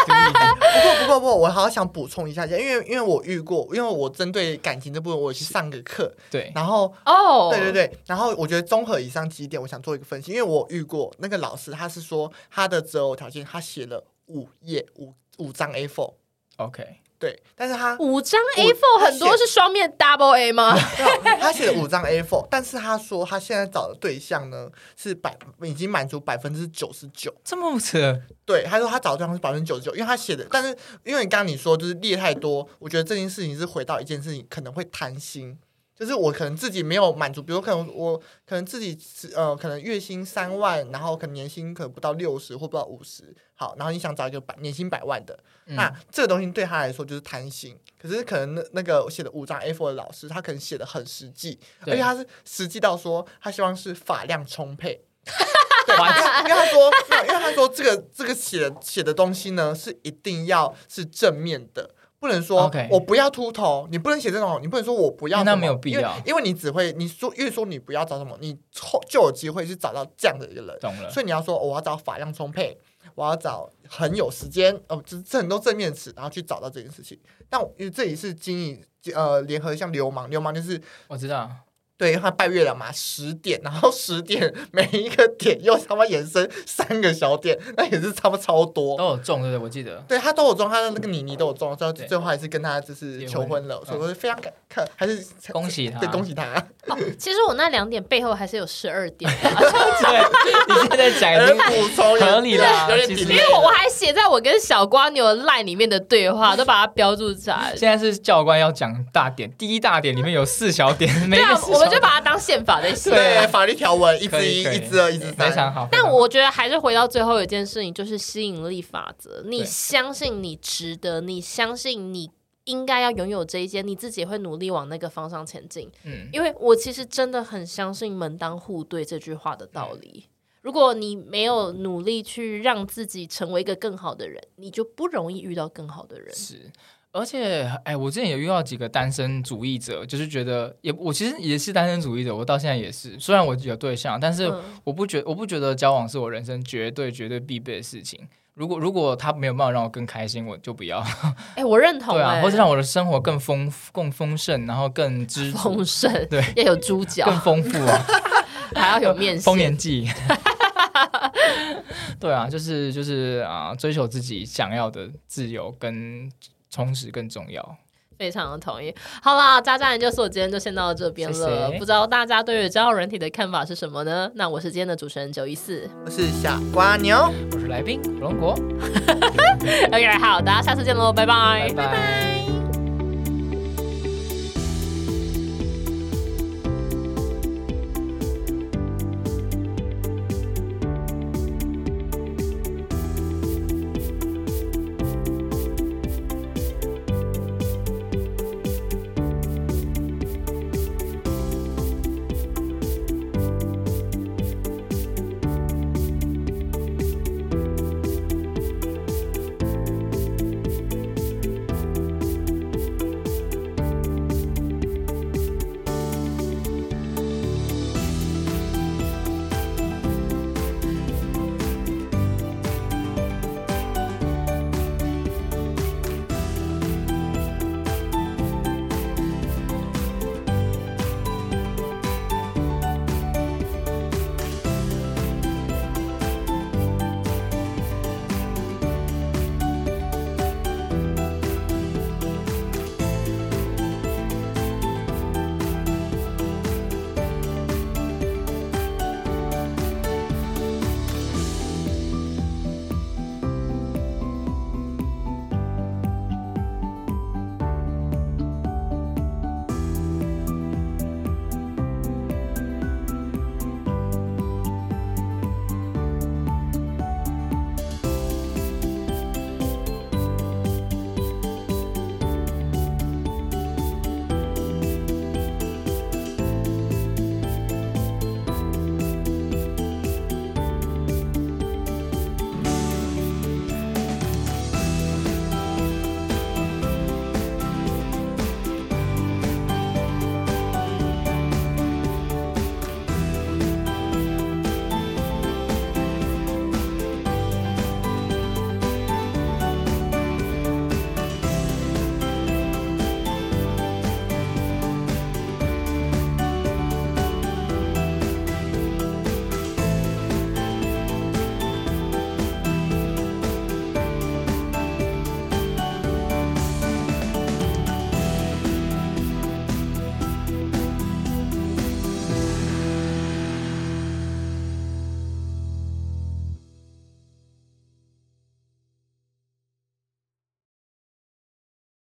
Speaker 3: 对
Speaker 2: 不过不过不过，我好想补充一下，因为因为我遇过，因为我针对感情这部分，我有去上个课，
Speaker 3: 对，
Speaker 2: 然后
Speaker 1: 哦，
Speaker 2: 对对，对，然后我觉得综合以上几点，我想做一个分析，因为我遇过那个老师，他是说他的择偶条件，他写了五页五五张 A4，
Speaker 3: OK，
Speaker 2: 对，但是他
Speaker 1: 五张 A4 很多是双面 double A 吗？
Speaker 2: 啊他写了五张 A4，但是他说他现在找的对象呢是百已经满足百分之九十九。
Speaker 3: 这 么扯，
Speaker 2: 对，他说他找的对象是百分之九十九，因为他写的，但是因为你刚刚你说就是列太多，我觉得这件事情是回到一件事情，可能会贪心，就是我可能自己没有满足，比如可能我可能自己是呃，可能月薪三万，然后可能年薪可能不到六十或不到五十，好，然后你想找一个百年薪百万的，那这个东西对他来说就是贪心。可是可能那那个写的五张 A4 的老师，他可能写的很实际，而
Speaker 3: 对
Speaker 2: 且他是实际到说他希望是发量充沛。对，因为他因为他说， 没有因为他说这个这个写写的东西呢，是一定要是正面的，不能说
Speaker 3: OK
Speaker 2: 我不要秃头，你不能写这种，你不能说我不要
Speaker 3: 那
Speaker 2: 什么
Speaker 3: 没有必要
Speaker 2: 因为因为你只会你说越说你不要找什么，你后就有机会去找到这样的一个人。
Speaker 3: 懂了，
Speaker 2: 所以你要说、哦我要找法量充沛，我要找很有时间，哦，就是这很多正面词，然后去找到这件事情。但我因为这里是经营呃联合像流氓，流氓就是
Speaker 3: 我知道，
Speaker 2: 对他拜月亮嘛，十点，然后十点每一个点又他妈延伸三个小点，那也是他妈超多。
Speaker 3: 都有中，对不对？我记得
Speaker 2: 对他都有中，他的那个妮妮都有中，最后
Speaker 3: 对
Speaker 2: 最后还是跟他就是
Speaker 3: 结
Speaker 2: 求
Speaker 3: 婚啊
Speaker 2: 婚了，所以我是非常感看，还是
Speaker 3: 恭喜他，
Speaker 2: 对恭喜他。
Speaker 1: 其实我那两点背后还是有十二点，
Speaker 3: 对，你现在讲
Speaker 2: 而
Speaker 3: 已经
Speaker 2: 补充
Speaker 3: 合理啦
Speaker 2: 哎有点
Speaker 3: 其
Speaker 2: 抵
Speaker 3: 实
Speaker 1: 因为我我还写在我跟小瓜牛 line 里面的对话，都把它标注起来。
Speaker 3: 现在是教官要讲大点，第一大点里面有四小点，每一
Speaker 1: 对
Speaker 3: 个
Speaker 1: 啊，
Speaker 3: 四
Speaker 1: 我
Speaker 3: 小
Speaker 1: 们就
Speaker 3: 点
Speaker 1: 把它当宪法在写。
Speaker 2: 对法律条文一
Speaker 3: 啊可
Speaker 2: 之一、
Speaker 3: 以可以
Speaker 2: 一之二、一之
Speaker 3: 非
Speaker 2: 三，
Speaker 3: 常好。非
Speaker 1: 但
Speaker 3: 常好
Speaker 1: 我觉得还是回到最后一件事情，就是吸引力法则。你相信你值得，你相信你应该要拥有这一间，你自己也会努力往那个方向前进。
Speaker 3: 嗯，
Speaker 1: 因为我其实真的很相信“门当户对”这句话的道
Speaker 3: 嗯
Speaker 1: 理。如果你没有努力去让自己成为一个更好的人，你就不容易遇到更好的人。
Speaker 3: 是。而且，哎，我之前也遇到几个单身主义者，就是觉得也，我其实也是单身主义者，我到现在也是。虽然我有对象，但是
Speaker 1: 嗯
Speaker 3: 我不觉，我不觉得交往是我人生绝对绝对必备的事情。如果如果他没有办法让我更开心，我就不要。
Speaker 1: 哎、我认同、
Speaker 3: 对啊，
Speaker 1: 哎
Speaker 3: 或者让我的生活更丰更丰盛，然后更知足
Speaker 1: 丰盛，
Speaker 3: 对，
Speaker 1: 要有猪脚，
Speaker 3: 更丰富 啊。
Speaker 1: 还要有面
Speaker 3: 丰
Speaker 1: 线。
Speaker 3: 年祭。对啊，就是就是啊、追求自己想要的自由跟充实更重要。
Speaker 1: 非常的同意。好啦，渣渣研究所今天就先到这边了。
Speaker 3: 谢谢
Speaker 1: 不知道大家对于交友软体的看法是什么呢？那我是今天的主持人九一 四。
Speaker 2: 我是小瓜牛。
Speaker 3: 我是来宾火龙果，
Speaker 1: 哎 OK，好，大家下次见喽，拜拜
Speaker 3: 拜拜